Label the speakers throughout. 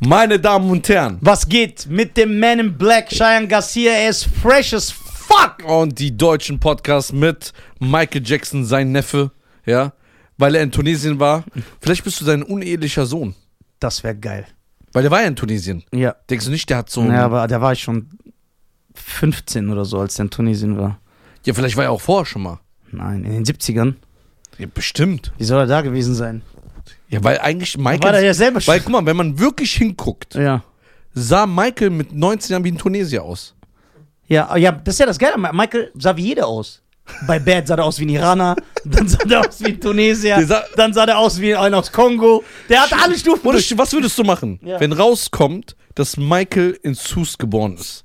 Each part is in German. Speaker 1: Meine Damen und Herren.
Speaker 2: Was geht mit dem Man in Black, Cheyenne Garcia? Er ist fresh as fuck.
Speaker 1: Und die deutschen Podcasts mit Michael Jackson, sein Neffe, ja, weil er in Tunesien war. Vielleicht bist du sein unehelicher Sohn,
Speaker 2: Das wäre geil.
Speaker 1: weil der war ja in Tunesien.
Speaker 2: Ja. Mhm.
Speaker 1: Denkst du nicht, der hat so.
Speaker 2: Naja, aber da war ich schon 15 oder so, als der in Tunesien war.
Speaker 1: ja, vielleicht war er auch vorher schon mal.
Speaker 2: Nein, in den 70ern.
Speaker 1: Ja, bestimmt.
Speaker 2: Wie soll er da gewesen sein?
Speaker 1: Ja, weil eigentlich Michael.
Speaker 2: War er ja selber
Speaker 1: weil,
Speaker 2: schon.
Speaker 1: guck mal, wenn man wirklich hinguckt,
Speaker 2: Ja.
Speaker 1: sah Michael mit 19 Jahren wie ein Tunesier aus.
Speaker 2: Ja, ja, das ist ja das Geile. Michael sah wie jeder aus. Bei Bad sah der aus wie ein Iraner, dann sah der aus wie ein Tunesier,
Speaker 1: Der sah-
Speaker 2: dann sah der aus wie ein aus Kongo. Der hatte alle Stufen.
Speaker 1: Oder
Speaker 2: durch.
Speaker 1: sch- was würdest du machen,
Speaker 2: Ja.
Speaker 1: wenn rauskommt, dass Michael in Sus geboren ist?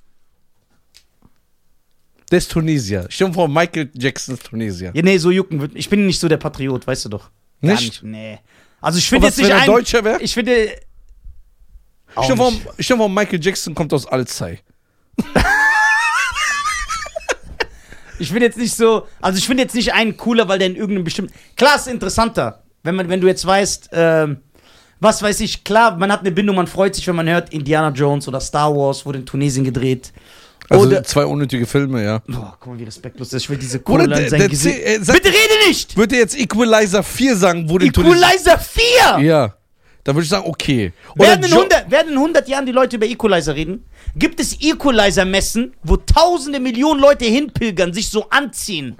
Speaker 1: Der ist Tunesier. Stell dir vor, Michael Jackson ist Tunesier.
Speaker 2: Ja, nee, so jucken wird. Ich bin nicht so der Patriot, weißt du doch. Gar
Speaker 1: Nicht?
Speaker 2: nicht? Nee. Also ich
Speaker 1: Und
Speaker 2: finde
Speaker 1: was,
Speaker 2: jetzt nicht
Speaker 1: wenn er
Speaker 2: ein.
Speaker 1: Deutscher wäre?
Speaker 2: Ich finde. Auch
Speaker 1: Stell dir vor,
Speaker 2: nicht.
Speaker 1: stell dir vor, Michael Jackson kommt aus Alzey.
Speaker 2: Ich bin jetzt nicht so. Also ich finde jetzt nicht einen cooler, weil der in irgendeinem bestimmten. Klar ist interessanter. Wenn man, wenn du jetzt weißt, ähm, was weiß ich, klar, man hat eine Bindung, man freut sich, wenn man hört, Indiana Jones oder Star Wars wurde in Tunesien gedreht.
Speaker 1: Also
Speaker 2: Oder-
Speaker 1: zwei unnötige Filme, ja.
Speaker 2: Boah, guck mal, wie respektlos das ist. Ich will diese
Speaker 1: Oder
Speaker 2: Kohle
Speaker 1: der-
Speaker 2: in sein
Speaker 1: der
Speaker 2: Gesicht.
Speaker 1: C- äh, sag-
Speaker 2: Bitte rede nicht!
Speaker 1: Würde er jetzt Equalizer 4 sagen, wo der Tunesier...
Speaker 2: Equalizer 4!
Speaker 1: Ja. Dann würde ich sagen, okay.
Speaker 2: Werden in,
Speaker 1: Jo-
Speaker 2: 100, werden in 100 Jahren die Leute über Equalizer reden? Gibt es Equalizer-Messen, wo tausende Millionen Leute hinpilgern, sich so anziehen?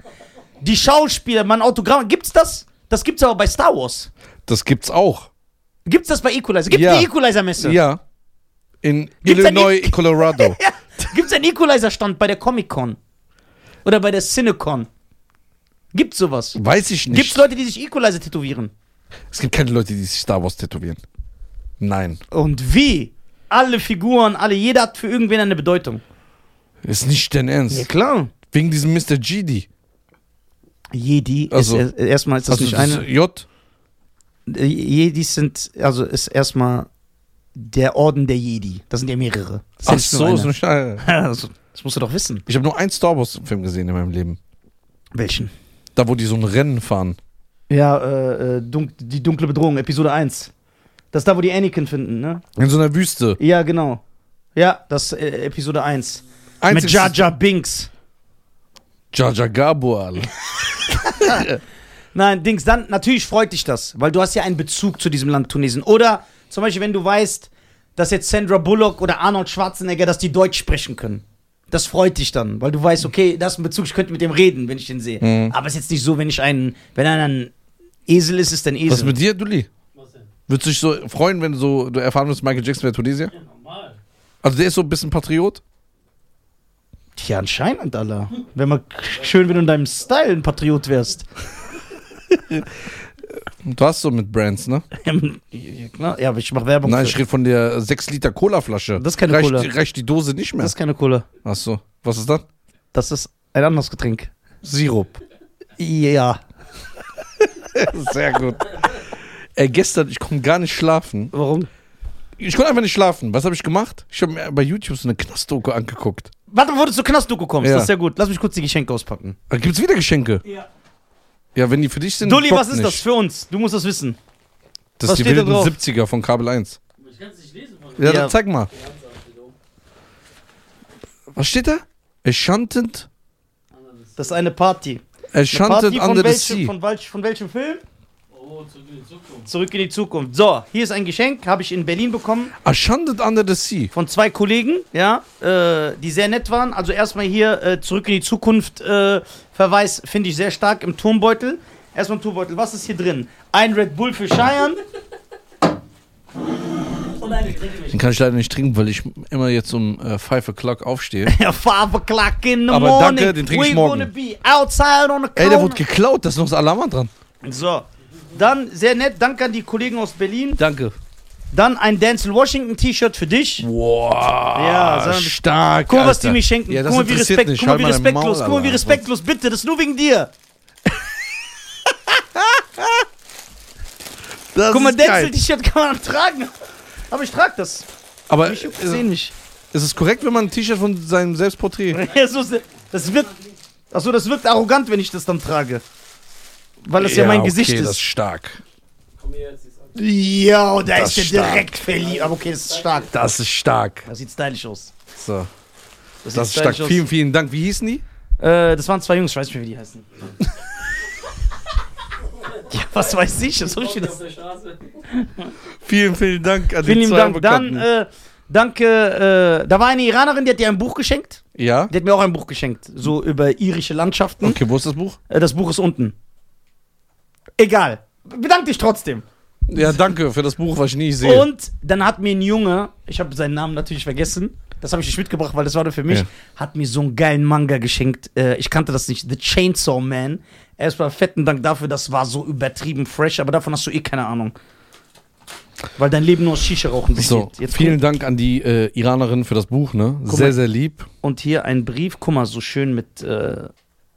Speaker 2: Die Schauspieler, man Autogramm. Gibt's das? Das gibt's aber bei Star Wars.
Speaker 1: Das gibt's auch.
Speaker 2: Gibt's das bei Equalizer? Gibt's
Speaker 1: Ja.
Speaker 2: eine Equalizer-Messe?
Speaker 1: Ja. In
Speaker 2: Gibt's ein
Speaker 1: Illinois,
Speaker 2: E-
Speaker 1: Colorado.
Speaker 2: Ja. Gibt's einen Equalizer-Stand bei der Comic-Con? Oder bei der Cinecon? Gibt's sowas?
Speaker 1: Weiß ich nicht.
Speaker 2: Gibt's Leute, die sich Equalizer tätowieren?
Speaker 1: Es gibt keine Leute, die sich Star Wars tätowieren. Nein.
Speaker 2: Und wie? Alle Figuren, alle, jeder hat für irgendwen eine Bedeutung.
Speaker 1: Ist nicht dein Ernst.
Speaker 2: klar.
Speaker 1: Wegen diesem Mr. GD.
Speaker 2: Jedi
Speaker 1: Also-
Speaker 2: ist er- erstmal ist das
Speaker 1: Also
Speaker 2: nicht eine.
Speaker 1: J?
Speaker 2: Äh, Jedis sind, also ist erstmal der Orden der Jedi. Das sind ja mehrere. Das
Speaker 1: Ach
Speaker 2: ist ja
Speaker 1: so,
Speaker 2: nicht
Speaker 1: ist
Speaker 2: nur
Speaker 1: nicht eine.
Speaker 2: einer. Also, das musst du doch wissen.
Speaker 1: Ich habe nur einen Star Wars-Film gesehen in meinem Leben.
Speaker 2: Welchen?
Speaker 1: Da, wo die so ein Rennen fahren.
Speaker 2: Ja, äh, äh, dunk die dunkle Bedrohung, Episode 1. Das ist da, wo die Anakin finden, ne?
Speaker 1: In so einer Wüste.
Speaker 2: Ja, genau. Ja, das äh, Episode 1. Mit
Speaker 1: Einziges-
Speaker 2: Jar Jar Binks.
Speaker 1: Jar Jar Gabor, Alter.
Speaker 2: Nein, Dings, dann natürlich freut dich das, weil du hast ja einen Bezug zu diesem Land Tunesien. Oder zum Beispiel, wenn du weißt, dass jetzt Sandra Bullock oder Arnold Schwarzenegger, dass die Deutsch sprechen können. Das freut dich dann, weil du weißt, okay, das ist ein Bezug, ich könnte mit dem reden, wenn ich den sehe.
Speaker 1: Mhm.
Speaker 2: Aber es ist jetzt nicht so, wenn ich einen, wenn einer ein Esel ist, ist ein Esel.
Speaker 1: Was ist mit dir, Dulli?
Speaker 3: Was denn?
Speaker 1: Würdest du dich so freuen, wenn so, du erfahren wirst, Michael Jackson wäre Tunesier?
Speaker 3: Ja, normal.
Speaker 1: Also der ist so ein bisschen Patriot?
Speaker 2: ja, anscheinend, Alter. Wenn man schön, wenn du in deinem Style ein Patriot wärst.
Speaker 1: Du hast so mit Brands, ne?
Speaker 2: ja, aber ich mach Werbung.
Speaker 1: Nein,
Speaker 2: für.
Speaker 1: ich rede von der 6-Liter-Cola-Flasche.
Speaker 2: Das ist keine
Speaker 1: reicht,
Speaker 2: Cola.
Speaker 1: Reicht die Dose nicht mehr?
Speaker 2: das ist keine Cola.
Speaker 1: Ach so. Was ist das?
Speaker 2: Das ist ein anderes Getränk.
Speaker 1: Sirup.
Speaker 2: Ja.
Speaker 1: Sehr gut. Ey, gestern, ich konnte gar nicht schlafen.
Speaker 2: Warum?
Speaker 1: Ich konnte einfach nicht schlafen. Was habe ich gemacht? Ich habe mir bei YouTube so eine Knastdoku angeguckt.
Speaker 2: Warte, bevor du zur Knastdoku kommst.
Speaker 1: Ja.
Speaker 2: Das ist ja gut. Lass mich kurz die Geschenke auspacken.
Speaker 1: Da gibt's wieder Geschenke.
Speaker 3: Ja.
Speaker 1: Ja, wenn die für dich sind.
Speaker 2: Dulli,
Speaker 1: Hm, bockt
Speaker 2: was ist
Speaker 1: nicht.
Speaker 2: das für uns? Du musst das wissen.
Speaker 1: Das ist
Speaker 2: Was
Speaker 1: die
Speaker 2: steht da
Speaker 1: wilden
Speaker 2: drauf?
Speaker 1: 70er von Kabel 1.
Speaker 3: Ich kann es nicht lesen von
Speaker 1: Ja,
Speaker 2: Ja.
Speaker 1: Dann zeig mal. Was steht da? Enchanted,
Speaker 2: Das ist eine Party. Eine
Speaker 1: Enchanted
Speaker 2: Party
Speaker 1: Under
Speaker 2: von,
Speaker 1: the
Speaker 2: welchem,
Speaker 1: Sea.
Speaker 2: von, welch, von welchem Film?
Speaker 3: Oh, zurück in die Zukunft.
Speaker 2: Zurück in die Zukunft. So, hier ist ein Geschenk, habe ich in Berlin bekommen
Speaker 1: Enchanted Under the Sea.
Speaker 2: von zwei Kollegen, ja, äh, die sehr nett waren. Also erstmal hier äh, Zurück in die Zukunft äh, Verweis finde ich sehr stark im Turmbeutel. Erstmal im Turmbeutel. Was ist hier drin? Ein Red Bull für Scheiern.
Speaker 3: Und eine Trinkmischung.
Speaker 1: Den kann ich leider nicht trinken, weil ich immer jetzt um äh, 5 o'clock aufstehe.
Speaker 2: Ja, five o'clock in the
Speaker 1: Aber
Speaker 2: morning.
Speaker 1: danke, den trinke ich
Speaker 2: We
Speaker 1: morgen.
Speaker 2: gonna be outside on the
Speaker 1: Ey, der
Speaker 2: corner.
Speaker 1: wurde geklaut, da ist noch das Alarm dran.
Speaker 2: So, dann sehr nett, danke an die Kollegen aus Berlin.
Speaker 1: Danke.
Speaker 2: Dann ein Denzel Washington T-Shirt für dich.
Speaker 1: Wow.
Speaker 2: Ja, sag mal,
Speaker 1: stark.
Speaker 2: Guck mal, was
Speaker 1: Alter.
Speaker 2: die mir schenken.
Speaker 1: Ja, das
Speaker 2: guck mal, wie,
Speaker 1: interessiert
Speaker 2: respekt,
Speaker 1: nicht.
Speaker 2: guck mal,
Speaker 1: Halt
Speaker 2: wie
Speaker 1: mal dein Maul,
Speaker 2: respektlos, guck mal, wie
Speaker 1: Alter.
Speaker 2: respektlos. Bitte, das ist nur wegen dir.
Speaker 1: Das
Speaker 2: guck mal, halt
Speaker 1: ist geil.
Speaker 2: Denzel T-Shirt kann man tragen. Aber ich trag das.
Speaker 1: Aber
Speaker 2: Ich
Speaker 1: ist,
Speaker 2: sehe nicht.
Speaker 1: ist es korrekt, wenn man ein T-Shirt von seinem Selbstporträt.
Speaker 2: Ja, so ist- Das wirkt. Achso, das wirkt arrogant, wenn ich das dann trage. Weil das ja, mein Gesicht
Speaker 1: okay, Das ist
Speaker 2: ist.
Speaker 1: stark.
Speaker 3: Komm hier jetzt, die Sache.
Speaker 2: Yo, da
Speaker 1: Das
Speaker 2: ist der
Speaker 1: ist stark.
Speaker 2: direkt verliebt. Aber okay, das ist stark.
Speaker 1: Das ist stark.
Speaker 2: Das sieht stylisch aus.
Speaker 1: So,
Speaker 2: Das,
Speaker 1: das ist
Speaker 2: sieht
Speaker 1: stark.
Speaker 2: stylisch
Speaker 1: Vielen, vielen Dank. Wie hießen die?
Speaker 2: aus. Äh, das waren zwei Jungs, ich weiß nicht mehr, wie die heißen. ja, was weiß ich? Das hab ich mir
Speaker 3: Auf
Speaker 2: das.
Speaker 3: der Straße.
Speaker 1: Vielen, vielen Dank an die
Speaker 2: Vielen lieben
Speaker 1: zwei
Speaker 2: Dank.
Speaker 1: Bekannten.
Speaker 2: Dann, äh, danke. Äh, da war eine Iranerin, die hat dir ein Buch geschenkt.
Speaker 1: ja?
Speaker 2: Die hat mir auch ein Buch geschenkt. So über irische Landschaften.
Speaker 1: Okay, wo ist das Buch?
Speaker 2: Äh, das Buch ist unten. Egal. Bedank dich trotzdem.
Speaker 1: Ja, danke für das Buch, was ich nie sehe.
Speaker 2: Und dann hat mir ein Junge, ich habe seinen Namen natürlich vergessen, das habe ich nicht mitgebracht, weil das war nur für mich,
Speaker 1: Ja.
Speaker 2: hat mir so einen geilen Manga geschenkt. Äh, ich kannte das nicht. The Chainsaw Man. Erstmal fetten Dank dafür, das war so übertrieben fresh, aber davon hast du eh keine Ahnung. Weil dein Leben nur aus Shisha rauchen
Speaker 1: so,
Speaker 2: besteht. Jetzt
Speaker 1: vielen
Speaker 2: guck-
Speaker 1: Dank an die äh, Iranerin für das Buch, ne?
Speaker 2: mal.
Speaker 1: Sehr, sehr lieb.
Speaker 2: Und hier ein Brief, guck mal, so schön mit äh,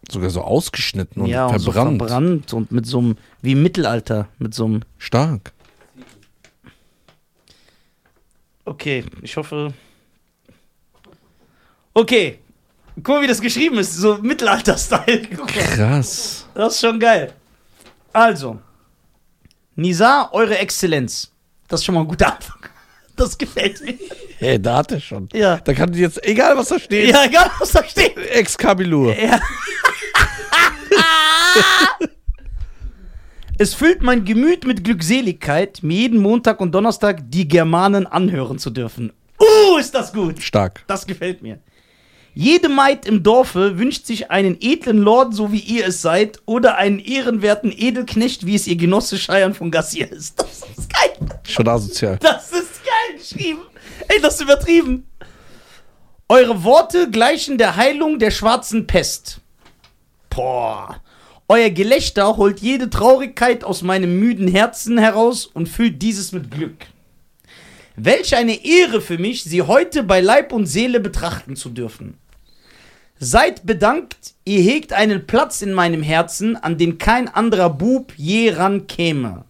Speaker 1: Sogar so ausgeschnitten und
Speaker 2: ja, und so
Speaker 1: verbrannt.
Speaker 2: verbrannt und mit so einem, wie im Mittelalter, mit so einem.
Speaker 1: Stark.
Speaker 2: Okay, ich hoffe. Okay. Guck mal, wie das geschrieben ist. So Mittelalter-Style. Guck mal.
Speaker 1: Krass.
Speaker 2: Das ist schon geil. Also. Nisa, eure Exzellenz. Das ist schon mal ein guter Anfang. Das gefällt mir.
Speaker 1: Hey, da hat er schon.
Speaker 2: Ja.
Speaker 1: Da kann jetzt, egal was da steht,
Speaker 2: Ja, egal, was da steht.
Speaker 1: Exkabelur.
Speaker 2: Ja. Es füllt mein Gemüt mit Glückseligkeit, mir jeden Montag und Donnerstag die Germanen anhören zu dürfen. Uh, ist das gut.
Speaker 1: Stark.
Speaker 2: Das gefällt mir. Jede Maid im Dorfe wünscht sich einen edlen Lord, so wie ihr es seid, oder einen ehrenwerten Edelknecht, wie es ihr Genosse Scheiern von Gassier ist. Das ist geil.
Speaker 1: Schon asozial.
Speaker 2: Das ist geil geschrieben. Ey, das ist übertrieben. Eure Worte gleichen der Heilung der schwarzen Pest. Boah. Euer Gelächter holt jede Traurigkeit aus meinem müden Herzen heraus und füllt dieses mit Glück. Welch eine Ehre für mich, Sie heute bei Leib und Seele betrachten zu dürfen. Seid bedankt, ihr hegt einen Platz in meinem Herzen, an den kein anderer Bub je rankäme.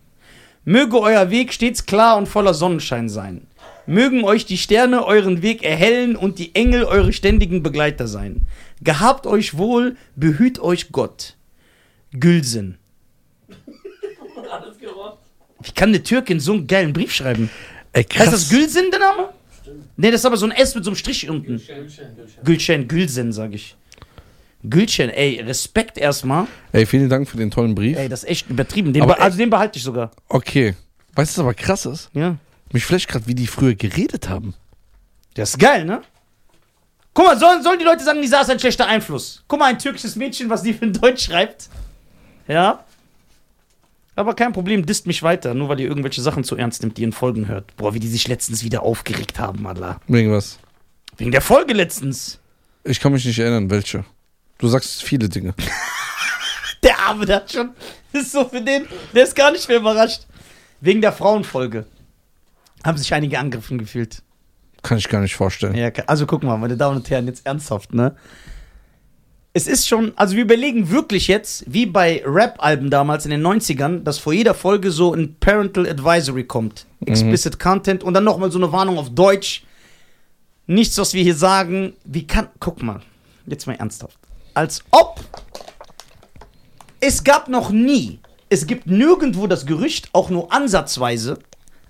Speaker 2: Möge euer Weg stets klar und voller Sonnenschein sein. Mögen euch die Sterne euren Weg erhellen und die Engel eure ständigen Begleiter sein. Gehabt euch wohl, behüt euch Gott. Gülsen.
Speaker 3: Alles gerockt.
Speaker 2: Wie kann eine Türkin so einen geilen Brief schreiben?
Speaker 1: Ey,
Speaker 2: Heißt das Gülsen, der Name? Nee, das ist aber so ein S mit so einem Strich unten.
Speaker 3: Gülschan, Gülschan.
Speaker 2: Gülchen, Gülsen, sag ich. Gülchen, ey, Respekt erstmal.
Speaker 1: Ey, vielen Dank für den tollen Brief.
Speaker 2: Ey, das ist echt übertrieben. Den
Speaker 1: Aber
Speaker 2: aber, also den behalte ich sogar.
Speaker 1: Okay. Weißt du, was aber krass ist?
Speaker 2: Ja.
Speaker 1: Mich flasht gerade, wie die früher geredet haben.
Speaker 2: Das ist geil, ne? Guck mal, sollen, sollen die Leute sagen, Nisa ist ein schlechter Einfluss? Guck mal, ein türkisches Mädchen, was die für ein Deutsch schreibt. Ja. Aber kein Problem, disst mich weiter, nur weil ihr irgendwelche Sachen zu ernst nimmt, die ihr in Folgen hört. Boah, wie die sich letztens wieder aufgeregt haben, Allah.
Speaker 1: Wegen was?
Speaker 2: Wegen der Folge letztens.
Speaker 1: Ich kann mich nicht erinnern, welche. Du sagst viele Dinge.
Speaker 2: Der Arme, der hat schon. Das ist so für den, der ist gar nicht mehr überrascht. Wegen der Frauenfolge. Haben sich einige angegriffen gefühlt.
Speaker 1: Kann ich gar nicht vorstellen.
Speaker 2: Ja, ke- also guck mal, meine Damen und Herren, jetzt ernsthaft, ne? Es ist schon, also wir überlegen wirklich jetzt, wie bei Rap-Alben damals in den 90ern, dass vor jeder Folge so ein Parental Advisory kommt. Explicit Content und dann nochmal so eine Warnung auf Deutsch. Nichts, was wir hier sagen, wie kann, guck mal, jetzt mal ernsthaft. Als ob es gab noch nie, es gibt nirgendwo das Gerücht, auch nur ansatzweise,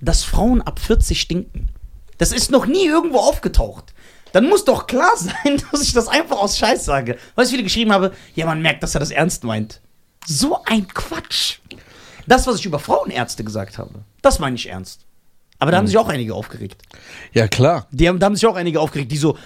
Speaker 2: dass Frauen ab 40 stinken. Das ist noch nie irgendwo aufgetaucht. Dann muss doch klar sein, dass ich das einfach aus Scheiß sage. Weißt du, wie viele geschrieben habe? Ja, man merkt, dass er das ernst meint. So ein Quatsch. Das, was ich über Frauenärzte gesagt habe, das meine ich ernst. Aber da haben sich auch einige aufgeregt.
Speaker 1: Ja, klar.
Speaker 2: Die haben, da haben sich auch einige aufgeregt, die so.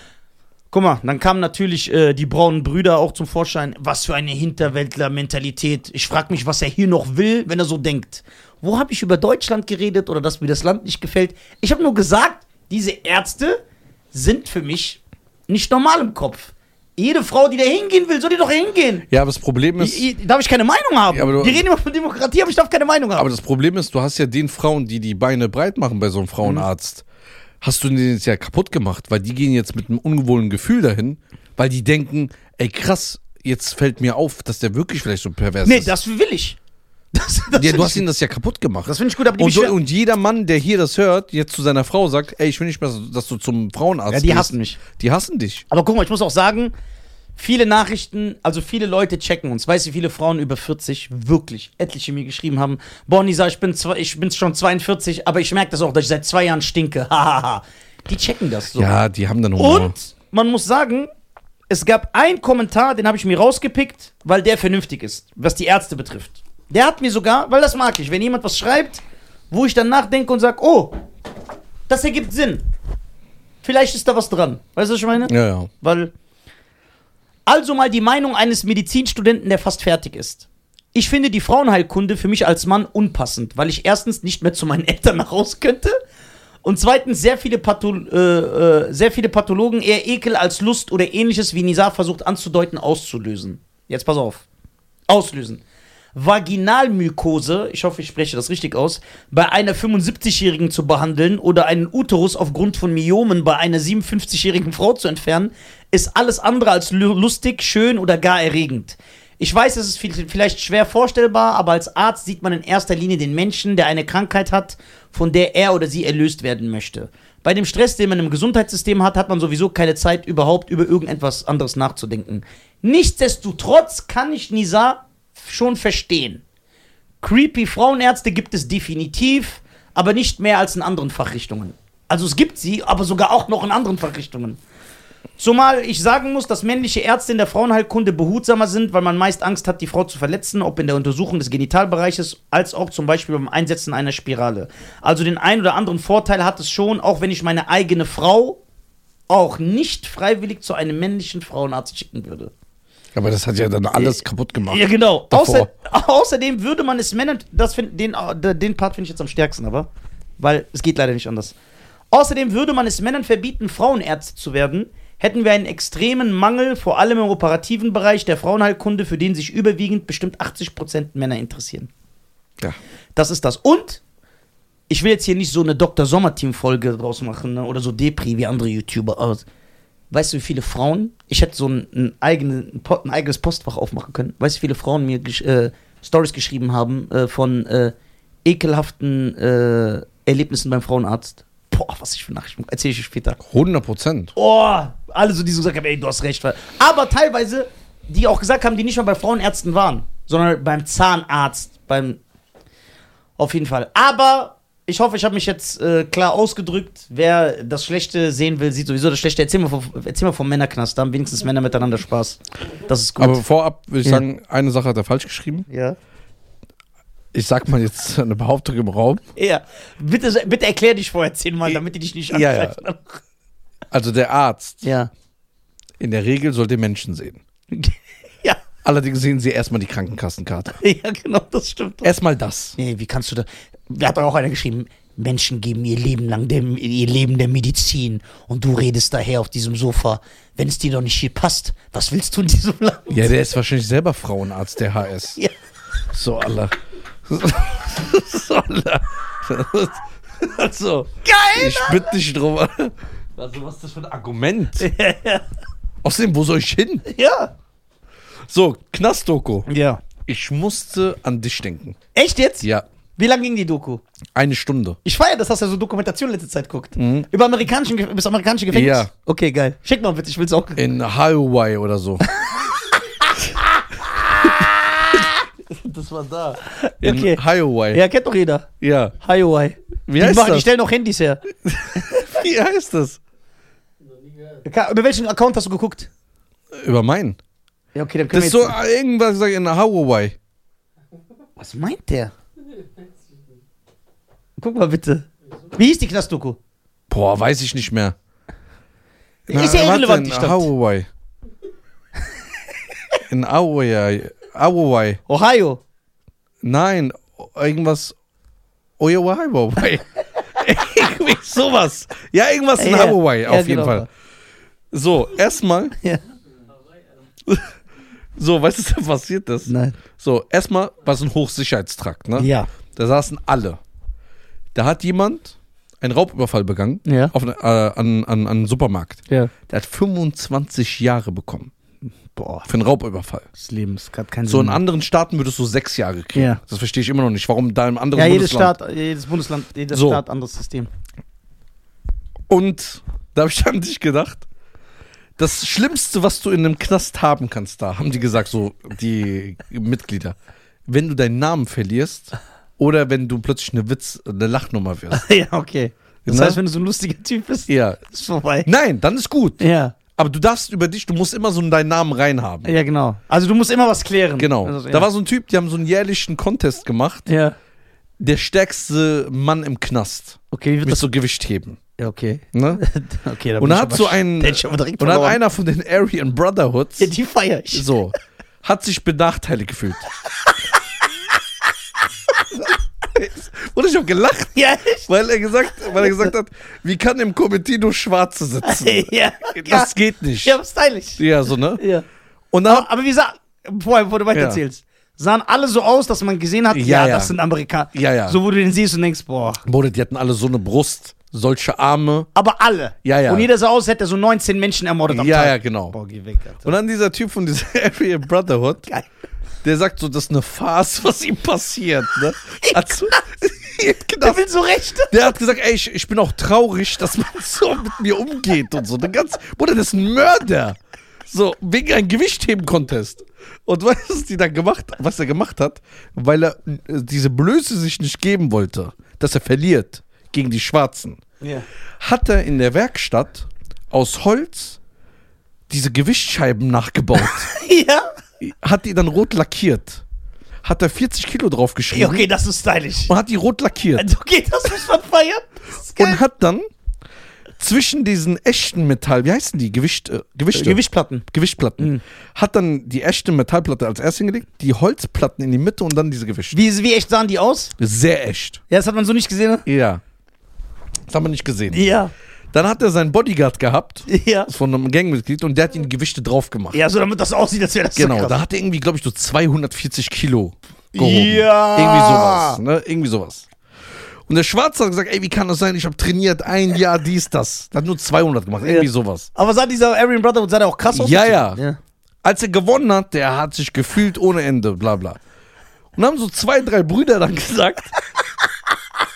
Speaker 2: Guck mal, dann kamen natürlich äh, die braunen Brüder auch zum Vorschein. Was für eine Hinterwäldler-Mentalität. Ich frage mich, was er hier noch will, wenn er so denkt. Wo habe ich über Deutschland geredet oder dass mir das Land nicht gefällt? Ich habe nur gesagt, diese Ärzte sind für mich nicht normal im Kopf. Jede Frau, die da hingehen will, soll die doch hingehen.
Speaker 1: Ja, aber das Problem ist.
Speaker 2: I- I- Darf ich keine Meinung haben?
Speaker 1: Ja, aber du-
Speaker 2: die reden immer von Demokratie, aber ich darf keine Meinung haben.
Speaker 1: Aber das Problem ist, du hast ja den Frauen, die die Beine breit machen bei so einem Frauenarzt, hast du den jetzt ja kaputt gemacht, weil die gehen jetzt mit einem ungewohlten Gefühl dahin, weil die denken, ey krass, jetzt fällt mir auf, dass der wirklich vielleicht so pervers
Speaker 2: nee,
Speaker 1: ist.
Speaker 2: das will ich. Das, das
Speaker 1: ja,
Speaker 2: will
Speaker 1: du hast
Speaker 2: ich.
Speaker 1: ihn das ja kaputt gemacht.
Speaker 2: Das finde ich gut, aber die
Speaker 1: und, so,
Speaker 2: Beschwer-
Speaker 1: und jeder Mann, der hier das hört, jetzt zu seiner Frau sagt, ey, ich will nicht mehr, dass du zum Frauenarzt
Speaker 2: Ja, die hassen mich.
Speaker 1: Die hassen dich.
Speaker 2: Aber guck mal, ich muss auch sagen, viele Nachrichten, also viele Leute checken uns. Weißt du, wie viele Frauen über 40 wirklich etliche mir geschrieben haben, Bonnie sagt, ich bin zwar, ich bin schon 42, aber ich merke das auch, dass ich seit zwei Jahren stinke. Hahaha. die checken das so.
Speaker 1: Ja, die haben dann Humor.
Speaker 2: Und man muss sagen, es gab einen Kommentar, den habe ich mir rausgepickt, weil der vernünftig ist, was die Ärzte betrifft. Der hat mir sogar, weil das mag ich, wenn jemand was schreibt, wo ich dann nachdenke und sage, oh, das ergibt Sinn. Vielleicht ist da was dran. Weißt du, was ich meine?
Speaker 1: Ja, ja.
Speaker 2: Weil. Also mal die Meinung eines Medizinstudenten, der fast fertig ist. Ich finde die Frauenheilkunde für mich als Mann unpassend, weil ich erstens nicht mehr zu meinen Eltern nach Hause könnte und zweitens sehr viele, Patho äh, äh, sehr viele Pathologen eher Ekel als Lust oder ähnliches, wie Nizar versucht anzudeuten, auszulösen. Jetzt pass auf. Auslösen. Vaginalmykose, ich hoffe, ich spreche das richtig aus, bei einer 75-Jährigen zu behandeln oder einen Uterus aufgrund von Myomen bei einer 57-jährigen Frau zu entfernen, ist alles andere als lu- lustig, schön oder gar erregend. Ich weiß, es ist viel- vielleicht schwer vorstellbar, aber als Arzt sieht man in erster Linie den Menschen, der eine Krankheit hat, von der er oder sie erlöst werden möchte. Bei dem Stress, den man im Gesundheitssystem hat, hat man sowieso keine Zeit, überhaupt über irgendetwas anderes nachzudenken. Nichtsdestotrotz kann ich Nisa schon verstehen. Creepy Frauenärzte gibt es definitiv, aber nicht mehr als in anderen Fachrichtungen. Also es gibt sie, aber sogar auch noch in anderen Fachrichtungen. Zumal ich sagen muss, dass männliche Ärzte in der Frauenheilkunde behutsamer sind, weil man meist Angst hat, die Frau zu verletzen, ob in der Untersuchung des Genitalbereiches, als auch zum Beispiel beim Einsetzen einer Spirale. Also den einen oder anderen Vorteil hat es schon, auch wenn ich meine eigene Frau auch nicht freiwillig zu einem männlichen Frauenarzt schicken würde.
Speaker 1: Aber das hat ja
Speaker 2: Äh,
Speaker 1: dann alles kaputt gemacht.
Speaker 2: Ja, genau. Außer,
Speaker 1: Davor.
Speaker 2: außerdem würde man es Männern. Das find, den, ah, den Part finde ich jetzt am stärksten, aber. Weil es geht leider nicht anders. Außerdem würde man es Männern verbieten, Frauenärzte zu werden. Hätten wir einen extremen Mangel, vor allem im operativen Bereich der Frauenheilkunde, für den sich überwiegend bestimmt 80% Männer interessieren.
Speaker 1: Ja.
Speaker 2: Das ist das. Und ich will jetzt hier nicht so eine Dr. Sommer-Team-Folge draus machen ne? oder so Depri wie andere YouTuber. Aber weißt du, wie viele Frauen, ich hätte so ein, ein, eigene, ein, Po- ein eigenes Postfach aufmachen können, weißt du, wie viele Frauen mir gesch- äh, Stories geschrieben haben äh, von äh, ekelhaften äh, Erlebnissen beim Frauenarzt? Boah, was ich für Nachrichten. Erzähl ich dir später.
Speaker 1: 100 Prozent.
Speaker 2: Oh, alle so, die so gesagt haben, ey, du hast recht. weil- Aber teilweise, die auch gesagt haben, die nicht mal bei Frauenärzten waren, sondern beim Zahnarzt, beim. Auf jeden Fall. Aber ich hoffe, ich habe mich jetzt äh, klar ausgedrückt. Wer das Schlechte sehen will, sieht sowieso das Schlechte. Erzähl mal vom, erzähl mal vom Männerknast, da haben wenigstens Männer miteinander Spaß. Das ist gut.
Speaker 1: Aber vorab würde ich
Speaker 2: Ja.
Speaker 1: sagen, eine Sache hat er falsch geschrieben.
Speaker 2: ja.
Speaker 1: Ich sag mal jetzt eine Behauptung im Raum.
Speaker 2: ja. Bitte, bitte erklär dich vorher zehnmal, damit die dich nicht
Speaker 1: Ja, ja.
Speaker 2: anzeigen.
Speaker 1: Also der Arzt
Speaker 2: Ja.
Speaker 1: in der Regel soll den Menschen sehen.
Speaker 2: ja.
Speaker 1: Allerdings sehen sie erstmal die Krankenkassenkarte.
Speaker 2: Ja, genau, das stimmt.
Speaker 1: Erstmal das.
Speaker 2: Nee, wie kannst du da. Da hat doch auch einer geschrieben, Menschen geben ihr Leben lang dem, ihr Leben der Medizin und du redest daher auf diesem Sofa. Wenn es dir doch nicht hier passt, was willst du in diesem Land?
Speaker 1: Ja, der ist wahrscheinlich selber Frauenarzt, der HS.
Speaker 2: Ja.
Speaker 1: So, Allah. so, Allah. Also,
Speaker 2: Geil!
Speaker 1: ich bitte dich drum.
Speaker 3: Also, was ist das für ein Argument?
Speaker 1: Moment. Außerdem, wo soll ich hin?
Speaker 2: Ja.
Speaker 1: So, Knastdoku.
Speaker 2: Ja.
Speaker 1: Ich musste an dich denken.
Speaker 2: Echt jetzt?
Speaker 1: Ja,
Speaker 2: Wie lang ging die Doku?
Speaker 1: eine Stunde.
Speaker 2: Ich feiere das, dass er so Dokumentation letzte Zeit guckt. Über amerikanischen, Ge- übers amerikanische Gefängnis.
Speaker 1: Ja.
Speaker 2: Okay, geil. Schick mal bitte, ich will's auch.
Speaker 1: In Hawaii oder so.
Speaker 3: Das war da.
Speaker 1: In
Speaker 2: Okay.
Speaker 1: Hawaii.
Speaker 2: Ja, kennt doch jeder.
Speaker 1: ja.
Speaker 2: Hiowai.
Speaker 1: Wie
Speaker 2: die,
Speaker 1: heißt
Speaker 2: machen, die
Speaker 1: das?
Speaker 2: stellen noch Handys her.
Speaker 1: Wie heißt das?
Speaker 2: Ka- Über welchen Account hast du geguckt?
Speaker 1: Über meinen.
Speaker 2: Ja, okay, dann können
Speaker 1: Das ist
Speaker 2: wir
Speaker 1: so
Speaker 2: jetzt.
Speaker 1: irgendwas sag ich, in Hawaii.
Speaker 2: Was meint der? Guck mal bitte. Wie hieß die Knastdoku?
Speaker 1: Boah, weiß ich nicht mehr.
Speaker 2: Ist ja
Speaker 1: warte,
Speaker 2: irrelevant, die
Speaker 1: in
Speaker 2: Stadt.
Speaker 1: Hawaii. In Hawaii. Hawaii.
Speaker 2: Ohio.
Speaker 1: Nein, irgendwas. Iowa Hawaii. Irgendwie sowas. Ja, irgendwas in
Speaker 2: Ja,
Speaker 1: Hawaii,
Speaker 2: ja,
Speaker 1: auf jeden
Speaker 2: genau.
Speaker 1: Fall. So, erstmal.
Speaker 2: Ja.
Speaker 1: So, was ist da passiert? Das?
Speaker 2: Nein.
Speaker 1: So, erstmal war es ein Hochsicherheitstrakt, ne?
Speaker 2: Ja.
Speaker 1: Da saßen alle. Da hat jemand einen Raubüberfall begangen
Speaker 2: Ja.
Speaker 1: auf, eine- äh, an, an, an einen Supermarkt.
Speaker 2: Ja.
Speaker 1: Der hat 25 Jahre bekommen
Speaker 2: Boah,
Speaker 1: für einen Raubüberfall.
Speaker 2: das Leben ist gerade kein
Speaker 1: So in anderen Staaten würdest du sechs Jahre kriegen.
Speaker 2: Mhm. Ja.
Speaker 1: Das verstehe ich immer noch nicht. Warum da im anderen
Speaker 2: Ja, jedes
Speaker 1: Bundesland?
Speaker 2: Staat, jedes Bundesland, jeder
Speaker 1: So.
Speaker 2: Staat anderes System.
Speaker 1: Und da habe ich an dich gedacht. das Schlimmste, was du in einem Knast haben kannst, da haben die gesagt, so die Mitglieder, wenn du deinen Namen verlierst oder wenn du plötzlich eine Witz, eine Lachnummer wirst.
Speaker 2: ja, okay. Das
Speaker 1: Ne?
Speaker 2: heißt, wenn du so ein lustiger Typ bist,
Speaker 1: Ja.
Speaker 2: ist vorbei.
Speaker 1: Nein, dann ist gut.
Speaker 2: Ja.
Speaker 1: Aber du darfst über dich, du musst immer so deinen Namen reinhaben.
Speaker 2: Ja, genau. Also du musst immer was klären.
Speaker 1: Genau.
Speaker 2: Also, ja.
Speaker 1: Da war so ein Typ, die haben so einen jährlichen Contest gemacht.
Speaker 2: Ja.
Speaker 1: Der stärkste Mann im Knast.
Speaker 2: Okay, wie wird
Speaker 1: Mit
Speaker 2: das?
Speaker 1: so Gewichtheben.
Speaker 2: Ja, okay.
Speaker 1: Ne?
Speaker 2: okay da
Speaker 1: Und
Speaker 2: bin
Speaker 1: da
Speaker 2: ich
Speaker 1: hat
Speaker 2: aber
Speaker 1: so
Speaker 2: sch-
Speaker 1: ein.
Speaker 2: da hätte ich aber direkt
Speaker 1: Und dann
Speaker 2: verloren.
Speaker 1: einer von den Aryan Brotherhoods,
Speaker 2: Ja, die feier ich.
Speaker 1: so, hat sich benachteiligt gefühlt. Wurde ich auch gelacht,
Speaker 2: Ja, echt?
Speaker 1: weil er gesagt, weil er gesagt hat, wie kann im Cometino Schwarze sitzen?
Speaker 2: ja.
Speaker 1: Das geht nicht.
Speaker 2: Ja, aber stylisch.
Speaker 1: Ja, so, ne?
Speaker 2: Ja.
Speaker 1: Und dann,
Speaker 2: Aber wie sah, vorher, bevor du weitererzählst, sahen alle so aus, dass man gesehen hat, ja,
Speaker 1: Ja, ja.
Speaker 2: das sind Amerikaner.
Speaker 1: Ja, ja.
Speaker 2: So, wo du den siehst und denkst, boah.
Speaker 1: Bruder, die hatten alle so eine Brust, solche Arme.
Speaker 2: Aber alle.
Speaker 1: Ja, ja.
Speaker 2: Und jeder sah aus, hätte er so 19 Menschen ermordet am
Speaker 1: Ja,
Speaker 2: Tag.
Speaker 1: ja, genau.
Speaker 2: Boah, geh weg, Alter.
Speaker 1: Und dann dieser Typ von dieser Aryan Brotherhood,
Speaker 2: Geil.
Speaker 1: der sagt so, das ist eine Farce, was ihm passiert, ne? Also, genau.
Speaker 2: Der will so Rechte.
Speaker 1: Der hat gesagt, ey, ich, ich bin auch traurig, dass man so mit mir umgeht und so. Der ganz, Bruder, das ist ein Mörder. So, wegen einem Gewichtheben-Contest. Und weißt du, was die dann gemacht, was er gemacht hat? Weil er äh, diese Blöße sich nicht geben wollte, dass er verliert gegen die Schwarzen.
Speaker 2: Ja.
Speaker 1: Hat er in der Werkstatt aus Holz diese Gewichtscheiben nachgebaut.
Speaker 2: ja.
Speaker 1: hat die dann rot lackiert. Hat er 40 Kilo
Speaker 2: Ja,
Speaker 1: draufgeschrieben
Speaker 2: Okay, das ist stylisch.
Speaker 1: und hat die rot lackiert.
Speaker 2: Also, okay, das muss man feiern. Das ist geil.
Speaker 1: und hat dann zwischen diesen echten Metall, wie heißen die? Gewicht, äh, Gewichte,
Speaker 2: Gewichtplatten.
Speaker 1: Gewichtplatten,
Speaker 2: Mhm.
Speaker 1: hat dann die echte Metallplatte als erst hingelegt, die Holzplatten in die Mitte und dann diese Gewichte.
Speaker 2: Wie, wie echt sahen die aus?
Speaker 1: Sehr echt.
Speaker 2: Ja, das hat man so nicht gesehen. ne?
Speaker 1: Ja. Das haben wir nicht gesehen.
Speaker 2: Ja.
Speaker 1: Dann hat er seinen Bodyguard gehabt,
Speaker 2: Ja.
Speaker 1: von einem Gangmitglied, und der hat ihm die Gewichte drauf gemacht.
Speaker 2: Ja, so damit das aussieht, als wäre das
Speaker 1: Genau,
Speaker 2: so
Speaker 1: da
Speaker 2: krass.
Speaker 1: hat er irgendwie, glaube ich, so 240 Kilo gehoben.
Speaker 2: Ja.
Speaker 1: Irgendwie sowas, ne? Irgendwie sowas. Und der Schwarze hat gesagt, ey, wie kann das sein? Ich habe trainiert ein Jahr dies, das. Der hat nur 200 gemacht, irgendwie
Speaker 2: Ja.
Speaker 1: sowas.
Speaker 2: Aber sah dieser Aryan Brotherhood, sah der auch krass aus?
Speaker 1: Ja, ja.
Speaker 2: ja.
Speaker 1: Als er gewonnen hat, der hat sich gefühlt ohne Ende, bla bla. Und haben so zwei, drei Brüder dann gesagt,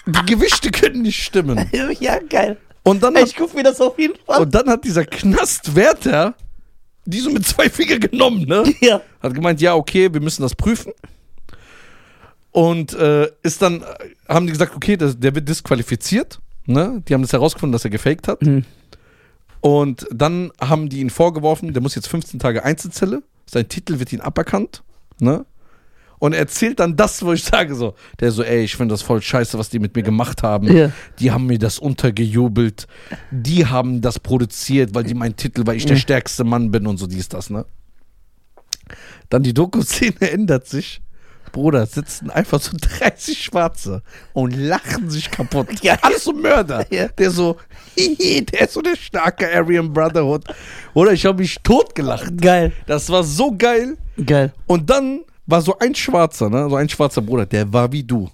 Speaker 1: die Gewichte können nicht stimmen.
Speaker 2: Ja, geil.
Speaker 1: Und dann
Speaker 2: Ey,
Speaker 1: hat,
Speaker 2: ich guck mir das auf jeden Fall
Speaker 1: und dann hat dieser Knastwärter die so mit zwei Fingern genommen, ne?
Speaker 2: Ja.
Speaker 1: Hat gemeint, ja, okay, wir müssen das prüfen. Und äh, ist dann, äh, haben die gesagt, okay, das, der wird disqualifiziert. Ne? Die haben das herausgefunden, dass er gefaked hat. Und dann haben die ihn vorgeworfen, der muss jetzt 15 Tage Einzelzelle. Sein Titel wird ihm aberkannt. Ne? Und er erzählt dann das, wo ich sage so, der so, ey, ich finde das voll scheiße, was die mit mir gemacht haben.
Speaker 2: Ja.
Speaker 1: Die haben mir das untergejubelt. Die haben das produziert, weil die meinen Titel, weil ich der stärkste Mann bin und so dies, das, ne? Dann die Doku-Szene ändert sich. Bruder, sitzen einfach so 30 Schwarze und lachen sich kaputt.
Speaker 2: Ja.
Speaker 1: Alles so Mörder.
Speaker 2: Ja.
Speaker 1: Der so, hihi, der ist so der starke Aryan Brotherhood. Oder ich habe mich totgelacht.
Speaker 2: Geil,
Speaker 1: Das war so geil.
Speaker 2: geil.
Speaker 1: Und dann war so ein Schwarzer, ne? so ein schwarzer Bruder, der war wie du.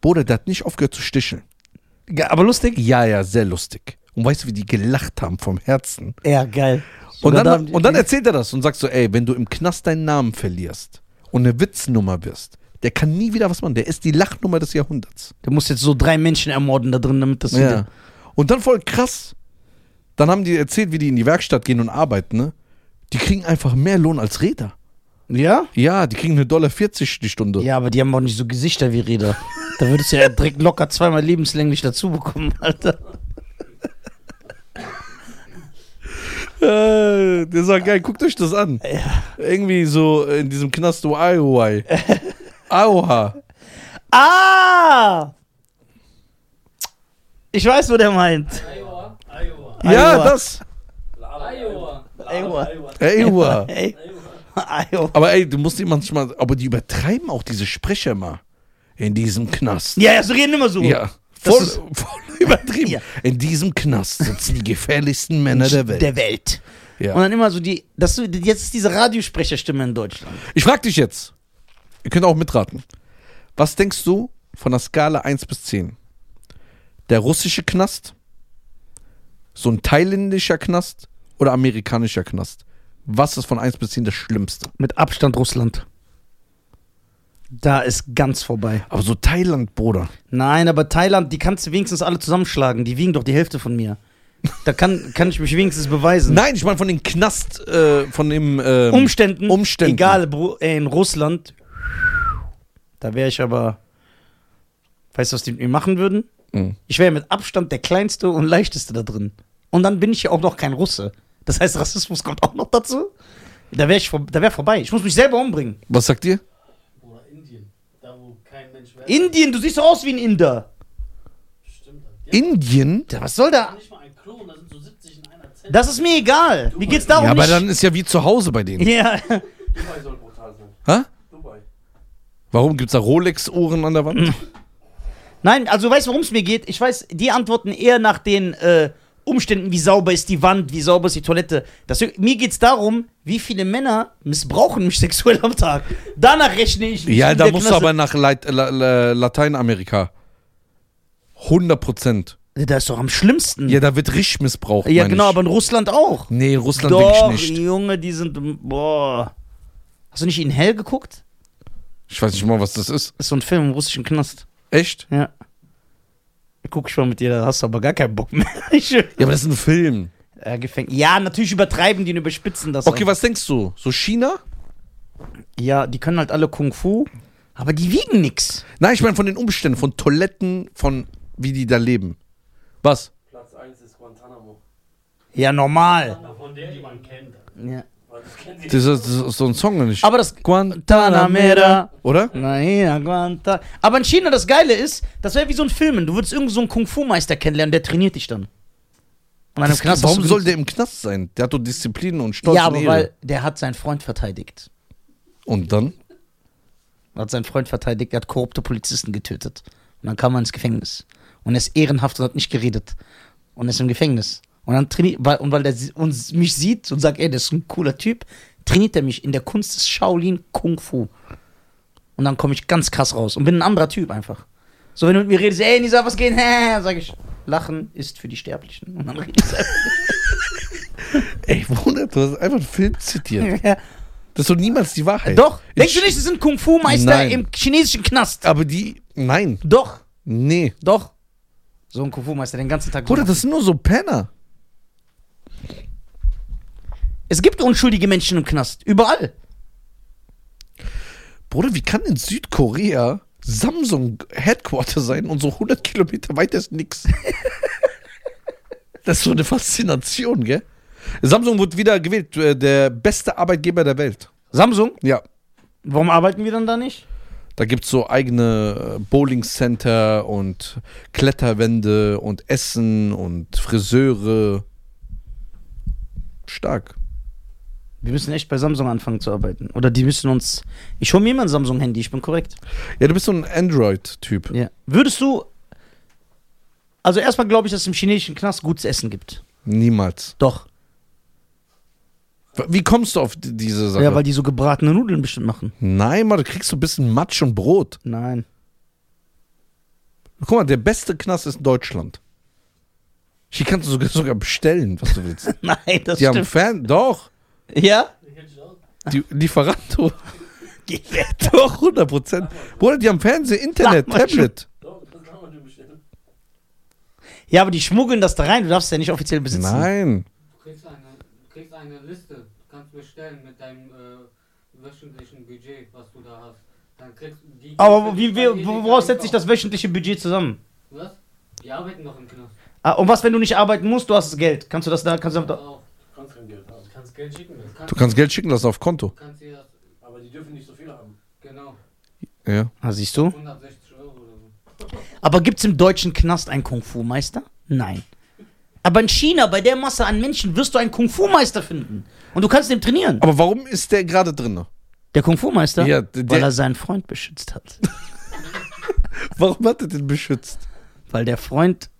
Speaker 1: Bruder, der hat nicht aufgehört zu sticheln.
Speaker 2: Ge- Aber lustig?
Speaker 1: Ja, ja, sehr lustig. Und weißt du, wie die gelacht haben vom Herzen?
Speaker 2: Ja, geil.
Speaker 1: Und
Speaker 2: da
Speaker 1: dann,
Speaker 2: haben die-
Speaker 1: und dann erzählt er das und sagt so, ey, wenn du im Knast deinen Namen verlierst und eine Witznummer bist, der kann nie wieder was machen. Der ist die Lachnummer des Jahrhunderts.
Speaker 2: Du musst jetzt so drei Menschen ermorden da drin, damit das wieder.
Speaker 1: Und dann voll krass. Dann haben die erzählt, wie die in die Werkstatt gehen und arbeiten, ne? Die kriegen einfach mehr Lohn als Räder.
Speaker 2: Ja?
Speaker 1: Ja, die kriegen eine Dollar 40 die Stunde.
Speaker 2: Ja, aber die haben auch nicht so Gesichter wie Räder. Da würdest du ja direkt locker zweimal lebenslänglich dazu bekommen, Alter.
Speaker 1: Äh, der sagt, geil, guckt euch das an.
Speaker 2: Ja.
Speaker 1: Irgendwie so in diesem Knast oh, Iowa. Aoha.
Speaker 2: Ah! Ich weiß, wo der meint.
Speaker 4: Iowa. Iowa.
Speaker 1: Ja,
Speaker 2: Iowa.
Speaker 1: das.
Speaker 4: Iowa.
Speaker 2: Iowa.
Speaker 1: Iowa.
Speaker 2: Ey. Iowa.
Speaker 1: Aber ey, du musst die manchmal, aber die übertreiben auch diese Sprecher mal. In diesem Knast.
Speaker 2: Ja, ja, so reden immer so.
Speaker 1: Ja.
Speaker 2: Das
Speaker 1: Voll,
Speaker 2: ist-
Speaker 1: voll übertrieben.
Speaker 2: Ja.
Speaker 1: In diesem Knast sitzen die gefährlichsten Männer ne, der Welt.
Speaker 2: Der Welt. Und
Speaker 1: ja.
Speaker 2: dann immer so die. Das, so- jetzt ist diese Radiosprecherstimme in Deutschland.
Speaker 1: Ich frag dich jetzt. Ihr könnt auch mitraten. Was denkst du von der Skala 1 bis 10? Der russische Knast? So ein thailändischer Knast? Oder amerikanischer Knast? Was ist von 1 bis 10 das Schlimmste?
Speaker 2: Mit Abstand Russland. Da ist ganz vorbei.
Speaker 1: Aber so Thailand, Bruder.
Speaker 2: Nein, aber Thailand, die kannst du wenigstens alle zusammenschlagen. Die wiegen doch die Hälfte von mir. Da kann, kann ich mich wenigstens beweisen.
Speaker 1: Nein, ich meine von dem Knast, äh, von dem ähm,
Speaker 2: Umständen,
Speaker 1: Umständen.
Speaker 2: egal, Bru- äh, in Russland, da wäre ich aber, weißt du, was die mit mir machen würden?
Speaker 1: Mhm.
Speaker 2: Ich wäre mit Abstand der Kleinste und Leichteste da drin. Und dann bin ich ja auch noch kein Russe. Das heißt, Rassismus kommt auch noch dazu. Da wäre ich, vor- da wär vorbei. Ich muss mich selber umbringen.
Speaker 1: Was sagt ihr?
Speaker 4: Oder Indien. Da, wo kein Mensch wäre.
Speaker 2: Indien, du siehst so aus wie ein Inder.
Speaker 4: Stimmt. das. Ja,
Speaker 1: Indien?
Speaker 2: Da, was soll da?
Speaker 4: nicht mal ein Klon, da sind so 70 in einer Zelle.
Speaker 2: Das ist mir egal. Mir geht's darum
Speaker 1: Ja, aber
Speaker 2: nicht.
Speaker 1: dann ist ja wie zu Hause bei denen.
Speaker 2: ja.
Speaker 3: Dubai soll brutal sein.
Speaker 1: Hä?
Speaker 3: Dubai.
Speaker 1: Warum gibt's da Rolex-Uhren an der
Speaker 2: Mhm.
Speaker 1: Wand?
Speaker 2: Nein, also weißt du, worum es mir geht? Ich weiß, die antworten eher nach den äh, Umständen, wie sauber ist die Wand, wie sauber ist die Toilette. Das, mir geht es darum, wie viele Männer missbrauchen mich sexuell am Tag. Danach rechne ich nicht.
Speaker 1: Ja,
Speaker 2: In
Speaker 1: da
Speaker 2: der
Speaker 1: musst du
Speaker 2: Klasse-
Speaker 1: aber nach Leit La La Lateinamerika. 100 Prozent.
Speaker 2: Da ist doch am schlimmsten.
Speaker 1: Ja, da wird richtig missbraucht.
Speaker 2: Ja,
Speaker 1: mein
Speaker 2: genau,
Speaker 1: ich.
Speaker 2: aber in Russland auch.
Speaker 1: Nee, Russland
Speaker 2: doch,
Speaker 1: wirklich nicht.
Speaker 2: Junge, die sind. Boah. Hast du nicht in Hell geguckt?
Speaker 1: Ich weiß nicht mal, was das ist.
Speaker 2: Das ist so ein Film im russischen Knast.
Speaker 1: Echt?
Speaker 2: Ja. Guck ich mal mit dir, da hast du aber gar keinen Bock mehr. Ich, äh,
Speaker 1: Ja, aber das ist ein Film.
Speaker 2: Gefäng- ja, natürlich übertreiben die und überspitzen das. auch.
Speaker 1: Okay, was denkst du? So China?
Speaker 2: Ja, die können halt alle Kung Fu, aber die wiegen nix.
Speaker 1: Nein, ich meine von den Umständen, von Toiletten, von wie die da leben. Was?
Speaker 3: Platz 1 ist Guantanamo.
Speaker 2: Ja, normal.
Speaker 4: Ja, Von denen, die man kennt.
Speaker 2: Ja.
Speaker 3: Weil das kennen die.
Speaker 1: Das ist, das ist so ein Song, den ich.
Speaker 2: Aber das
Speaker 1: Guantanamera. Oder?
Speaker 2: Naja, Guanta. Aber in China das Geile ist, das wäre wie so ein Film. Du würdest irgendeinen so einen Kung Fu Meister kennenlernen, der trainiert dich dann. Und dann
Speaker 1: Das,
Speaker 2: im Knast hast
Speaker 1: warum
Speaker 2: du-
Speaker 1: soll der im Knast sein? Der hat doch Disziplin und Stolz
Speaker 2: Ja,
Speaker 1: und
Speaker 2: aber
Speaker 1: Ehre.
Speaker 2: weil der hat seinen Freund verteidigt.
Speaker 1: Und dann?
Speaker 2: Hat seinen Freund verteidigt, der hat korrupte Polizisten getötet. Und dann kam er ins Gefängnis. Und er ist ehrenhaft und hat nicht geredet. Und er ist im Gefängnis. Und dann trainiert, weil, und weil der si- uns, mich sieht und sagt, ey, das ist ein cooler Typ, trainiert er mich in der Kunst des Shaolin Kung Fu. Und dann komme ich ganz krass raus und bin ein anderer Typ einfach. So, wenn du mit mir redest, ey, Nisa, was geht? Hä? Sag ich, Lachen ist für die Sterblichen. Und dann redest du
Speaker 1: Ey, Bruder, du hast einfach einen Film zitiert.
Speaker 2: einfach.
Speaker 1: Das ist doch niemals die Wahrheit.
Speaker 2: Äh, Doch,
Speaker 1: In
Speaker 2: denkst du
Speaker 1: Ch-
Speaker 2: nicht, das sind Kung Fu Meister
Speaker 1: Nein.
Speaker 2: im chinesischen Knast?
Speaker 1: Aber die. Nein.
Speaker 2: Doch,
Speaker 1: Nee.
Speaker 2: doch. So ein Kung Fu Meister den ganzen Tag. so
Speaker 1: Bruder, das sind nur so Penner.
Speaker 2: Es gibt unschuldige Menschen im Knast. Überall.
Speaker 1: Bruder, wie kann in Südkorea Samsung Headquarter sein und so 100 Kilometer weiter ist nix? das ist so eine Faszination, gell? Samsung wird wieder gewählt, äh, der beste Arbeitgeber der Welt.
Speaker 2: Samsung?
Speaker 1: Ja,
Speaker 2: Warum arbeiten wir dann da nicht?
Speaker 1: da gibt es so eigene äh, Bowling-Center und Kletterwände und Essen und Friseure. Stark.
Speaker 2: Wir müssen echt bei Samsung anfangen zu arbeiten. Oder die müssen uns. Ich hole mir immer ein Samsung-Handy, ich bin korrekt.
Speaker 1: Ja, du bist so ein Android-Typ.
Speaker 2: Ja. Würdest du. Also, erstmal glaube ich, dass es im chinesischen Knast gutes Essen gibt.
Speaker 1: Niemals.
Speaker 2: Doch.
Speaker 1: W- Wie kommst du auf d- diese Sache?
Speaker 2: Ja, weil die so gebratene Nudeln bestimmt machen.
Speaker 1: Nein, Mann, du kriegst so ein bisschen Matsch und Brot.
Speaker 2: Nein.
Speaker 1: Guck mal, der beste Knast ist Deutschland. Hier kannst du sogar, sogar bestellen, was du willst.
Speaker 2: Nein, das
Speaker 1: Die haben
Speaker 2: stimmt.
Speaker 1: Fan, doch,
Speaker 2: Ja?
Speaker 4: Den kenn ich auch.
Speaker 1: die Lieferanto.
Speaker 2: Geh weg.
Speaker 1: Doch, 100 Prozent. Bruder, die haben Fernsehen, Internet,
Speaker 2: Sag mal schon.
Speaker 1: Tablet.
Speaker 3: Doch, das kann man dir bestellen.
Speaker 2: Ja, aber die schmuggeln das da rein, du darfst ja nicht offiziell besitzen.
Speaker 1: Nein.
Speaker 5: Du kriegst eine, du kriegst eine Liste, du kannst bestellen mit deinem äh, wöchentlichen Budget, was du da hast. Dann kriegst du die.
Speaker 2: Aber wie, wie, woraus setzt sich das wöchentliche Budget zusammen?
Speaker 5: Was? Die arbeiten noch im Knast.
Speaker 2: Ah, und was, wenn du nicht arbeiten musst, du hast das Geld. Kannst du das da. Kannst du damit,
Speaker 5: Auch.
Speaker 3: Du kannst kein Geld haben.
Speaker 4: Du kannst Geld schicken lassen.
Speaker 1: Du kannst Geld schicken lassen auf Konto.
Speaker 5: kannst dir das.
Speaker 3: Aber die dürfen nicht so viel haben.
Speaker 5: Genau.
Speaker 1: Ja.
Speaker 2: ah, siehst du?
Speaker 5: 160 Euro oder so.
Speaker 2: Aber gibt es im deutschen Knast einen Kung-Fu-Meister? Nein. Aber in China, bei der Masse an Menschen, wirst du einen Kung-Fu-Meister finden. Und du kannst dem trainieren.
Speaker 1: Aber warum ist der gerade drin?
Speaker 2: Der Kung-Fu-Meister?
Speaker 1: Ja, d-
Speaker 2: weil
Speaker 1: der-
Speaker 2: er seinen Freund beschützt hat.
Speaker 1: Warum hat er den beschützt?
Speaker 2: weil der Freund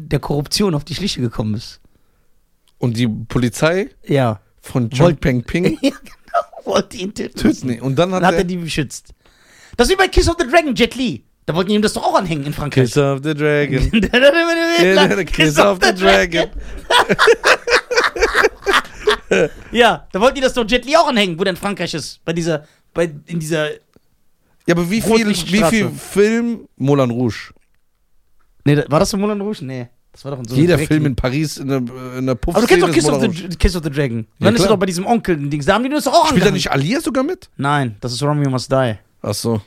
Speaker 2: der Korruption auf die Schliche gekommen ist.
Speaker 1: Und die Polizei
Speaker 2: Ja.
Speaker 1: von John
Speaker 2: Wollt-
Speaker 1: Peng Ping
Speaker 2: ja, genau. Wollte ihn töten.
Speaker 1: töten. ihn. Und dann hat,
Speaker 2: Dann hat er
Speaker 1: er
Speaker 2: die beschützt. Das ist wie bei Kiss of the Dragon, Jet Li. Da wollten die ihm das doch auch anhängen in Frankreich.
Speaker 1: Kiss of the Dragon. Kiss
Speaker 2: Kiss
Speaker 1: of the Dragon.
Speaker 2: Ja, da wollten die das doch Jet Li auch anhängen, wo der in Frankreich ist. Bei dieser, bei, in dieser
Speaker 1: Ja, aber wie viel, wie
Speaker 2: Rotlichtstraße.
Speaker 1: viel Film Moulin Rouge?
Speaker 2: Nee, da- war das so Moulin Rouge? Nee. Das war doch in so einem
Speaker 1: Jeder
Speaker 2: dreckigen-
Speaker 1: Film in Paris in der, in der Puff
Speaker 2: Aber du kennst doch Kiss of, the, Kiss of the Dragon. Dann ist er
Speaker 1: klar.
Speaker 2: doch bei diesem Onkel-Dings. Da haben die das doch auch
Speaker 1: Spielt da
Speaker 2: angehangen.
Speaker 1: nicht Alia sogar mit?
Speaker 2: Nein, das ist Romeo Must Die.
Speaker 1: Ach so.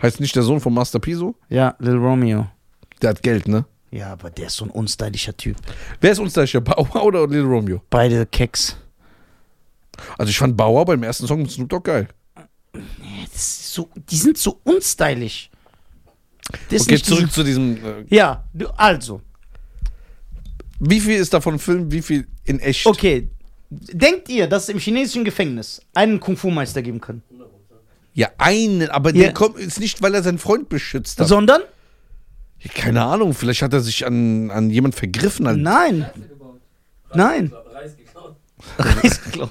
Speaker 1: Heißt nicht der Sohn von Master Piso?
Speaker 2: Ja, Little Romeo.
Speaker 1: Der hat Geld, ne?
Speaker 2: Ja, aber der ist so ein unstylischer Typ.
Speaker 1: Wer ist uns da hier? Bauer oder Little Romeo?
Speaker 2: Beide Keks.
Speaker 1: Also ich fand Bauer beim ersten Song mit Snoop Dogg geil.
Speaker 2: Ja, das ist so, die sind so unstylisch. Das ist
Speaker 1: Okay,
Speaker 2: nicht
Speaker 1: zurück zu diesem. Äh,
Speaker 2: Diese, ja, du, also.
Speaker 1: wie viel ist davon Film, wie viel in echt?
Speaker 2: Okay. Denkt ihr, dass es im chinesischen Gefängnis einen Kung-Fu-Meister geben kann?
Speaker 1: Ja, Also- einen, aber
Speaker 2: Ja.
Speaker 1: der kommt ist nicht, weil er seinen Freund beschützt hat.
Speaker 2: Sondern?
Speaker 1: ja, keine Ahnung, vielleicht hat er sich an, an jemand vergriffen. Halt.
Speaker 2: Nein,
Speaker 5: Scheiße gebaut.
Speaker 2: nein.
Speaker 3: Reis geklaut.
Speaker 2: Reis geklaut.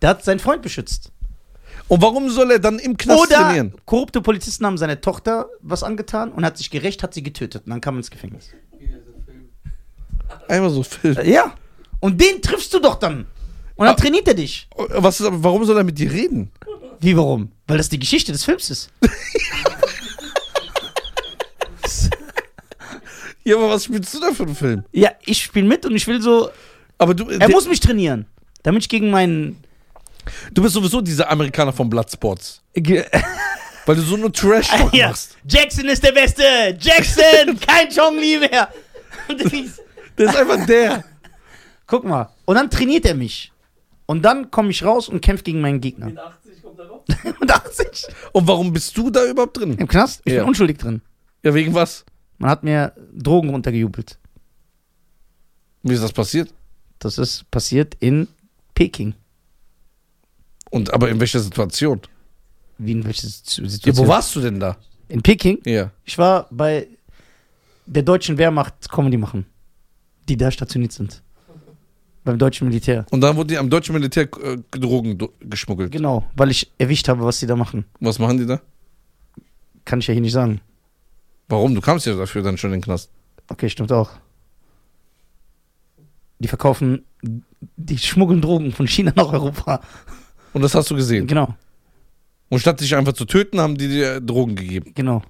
Speaker 2: Der hat seinen Freund beschützt.
Speaker 1: Und warum soll er dann im Knast
Speaker 2: Oder
Speaker 1: trainieren?
Speaker 2: korrupte Polizisten haben seiner Tochter was angetan und hat sich gerecht, hat sie getötet und dann kam er ins Gefängnis.
Speaker 5: Wie dieser Film.
Speaker 1: Einmal so Film.
Speaker 2: Äh, Ja. Und den triffst du doch dann. Und dann
Speaker 1: Ah.
Speaker 2: trainiert er dich.
Speaker 1: Was ist, aber warum soll er mit dir reden?
Speaker 2: Wie, warum? Weil das die Geschichte des Films ist.
Speaker 1: Ja, aber was spielst du da für einen Film?
Speaker 2: Ja, ich spiele mit und ich will so.
Speaker 1: Aber du,
Speaker 2: Er
Speaker 1: der-
Speaker 2: muss mich trainieren. Damit ich gegen meinen.
Speaker 1: du bist sowieso dieser Amerikaner von Bloodsports. Weil du so nur Trash
Speaker 2: Ah, ja.
Speaker 1: machst.
Speaker 2: Jackson ist der Beste! Jackson! Kein Chong-Li mehr! Und das ist-
Speaker 1: Der ist einfach der.
Speaker 2: Guck mal. Und dann trainiert er mich. Und dann komme ich raus und kämpfe gegen meinen Gegner.
Speaker 3: Mit 80 kommt er raus.
Speaker 2: Und 80?
Speaker 1: Und warum bist du da überhaupt drin?
Speaker 2: Im Knast? Ich
Speaker 1: Ja.
Speaker 2: bin unschuldig drin.
Speaker 1: Ja, wegen was?
Speaker 2: Man hat mir Drogen runtergejubelt.
Speaker 1: Wie ist das passiert?
Speaker 2: Das ist passiert in Peking.
Speaker 1: Und aber in welcher Situation?
Speaker 2: Wie in welcher Situ-
Speaker 1: Ja,
Speaker 2: Situation?
Speaker 1: wo warst du denn da?
Speaker 2: In Peking?
Speaker 1: Ja.
Speaker 2: Ich war bei der deutschen Wehrmacht Comedy machen, die da stationiert sind. Beim deutschen Militär.
Speaker 1: Und dann wurde dir am deutschen Militär äh, Drogen do- geschmuggelt.
Speaker 2: Genau, weil ich erwischt habe, was die da machen.
Speaker 1: Was machen die da?
Speaker 2: Kann ich ja hier nicht sagen.
Speaker 1: Warum? Du kamst ja dafür dann schon in den Knast.
Speaker 2: Okay, stimmt auch. Die verkaufen, die schmuggeln Drogen von China nach Europa.
Speaker 1: Und das hast du gesehen.
Speaker 2: Genau,
Speaker 1: Und statt dich einfach zu töten, haben die dir Drogen gegeben.
Speaker 2: genau,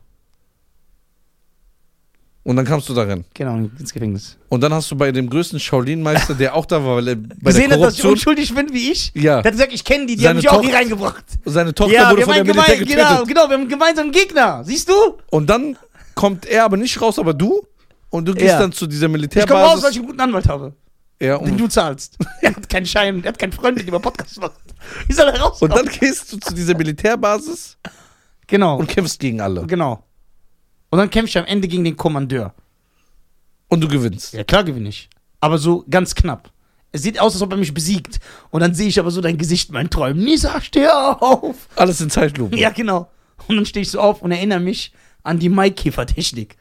Speaker 1: Und dann kamst du da rein.
Speaker 2: genau, ins Gefängnis.
Speaker 1: Und dann hast du bei dem größten Shaolin-Meister, der auch da war, weil er bei
Speaker 2: Gesehen
Speaker 1: der
Speaker 2: hat, dass ich
Speaker 1: Korruption...
Speaker 2: unschuldig bin wie ich?
Speaker 1: Ja.
Speaker 2: Der hat gesagt, ich kenne die, die
Speaker 1: Seine
Speaker 2: haben mich auch
Speaker 1: Tochter-
Speaker 2: hier reingebracht.
Speaker 1: Seine Tochter
Speaker 2: ja,
Speaker 1: wurde
Speaker 2: wir
Speaker 1: von
Speaker 2: haben
Speaker 1: der
Speaker 2: einen
Speaker 1: Militär
Speaker 2: gemein,
Speaker 1: getötet.
Speaker 2: genau, genau, wir haben einen gemeinsamen Gegner. Siehst du?
Speaker 1: Und dann kommt er aber nicht raus, aber du. Und du gehst
Speaker 2: Ja.
Speaker 1: dann zu dieser
Speaker 2: Ich komme raus, weil ich
Speaker 1: Militärbasis.
Speaker 2: einen guten Anwalt habe,
Speaker 1: ja,
Speaker 2: den
Speaker 1: und,
Speaker 2: du zahlst. Er hat keinen Schein, er hat keinen Freund, mit dem er Podcast macht. Wie soll er rauskommen?
Speaker 1: und dann gehst du zu dieser Militärbasis
Speaker 2: genau,
Speaker 1: und kämpfst gegen alle.
Speaker 2: genau. Und dann kämpfe ich am Ende gegen den Kommandeur.
Speaker 1: Und du gewinnst.
Speaker 2: Ja, klar gewinne ich. Aber so ganz knapp. Es sieht aus, als ob er mich besiegt. Und dann sehe ich aber so dein Gesicht in meinen Träumen. Nisa, steh auf!
Speaker 1: Alles in Zeitlupe.
Speaker 2: Ja, genau. Und dann stehe ich so auf und erinnere mich an die Maikäfer-Technik.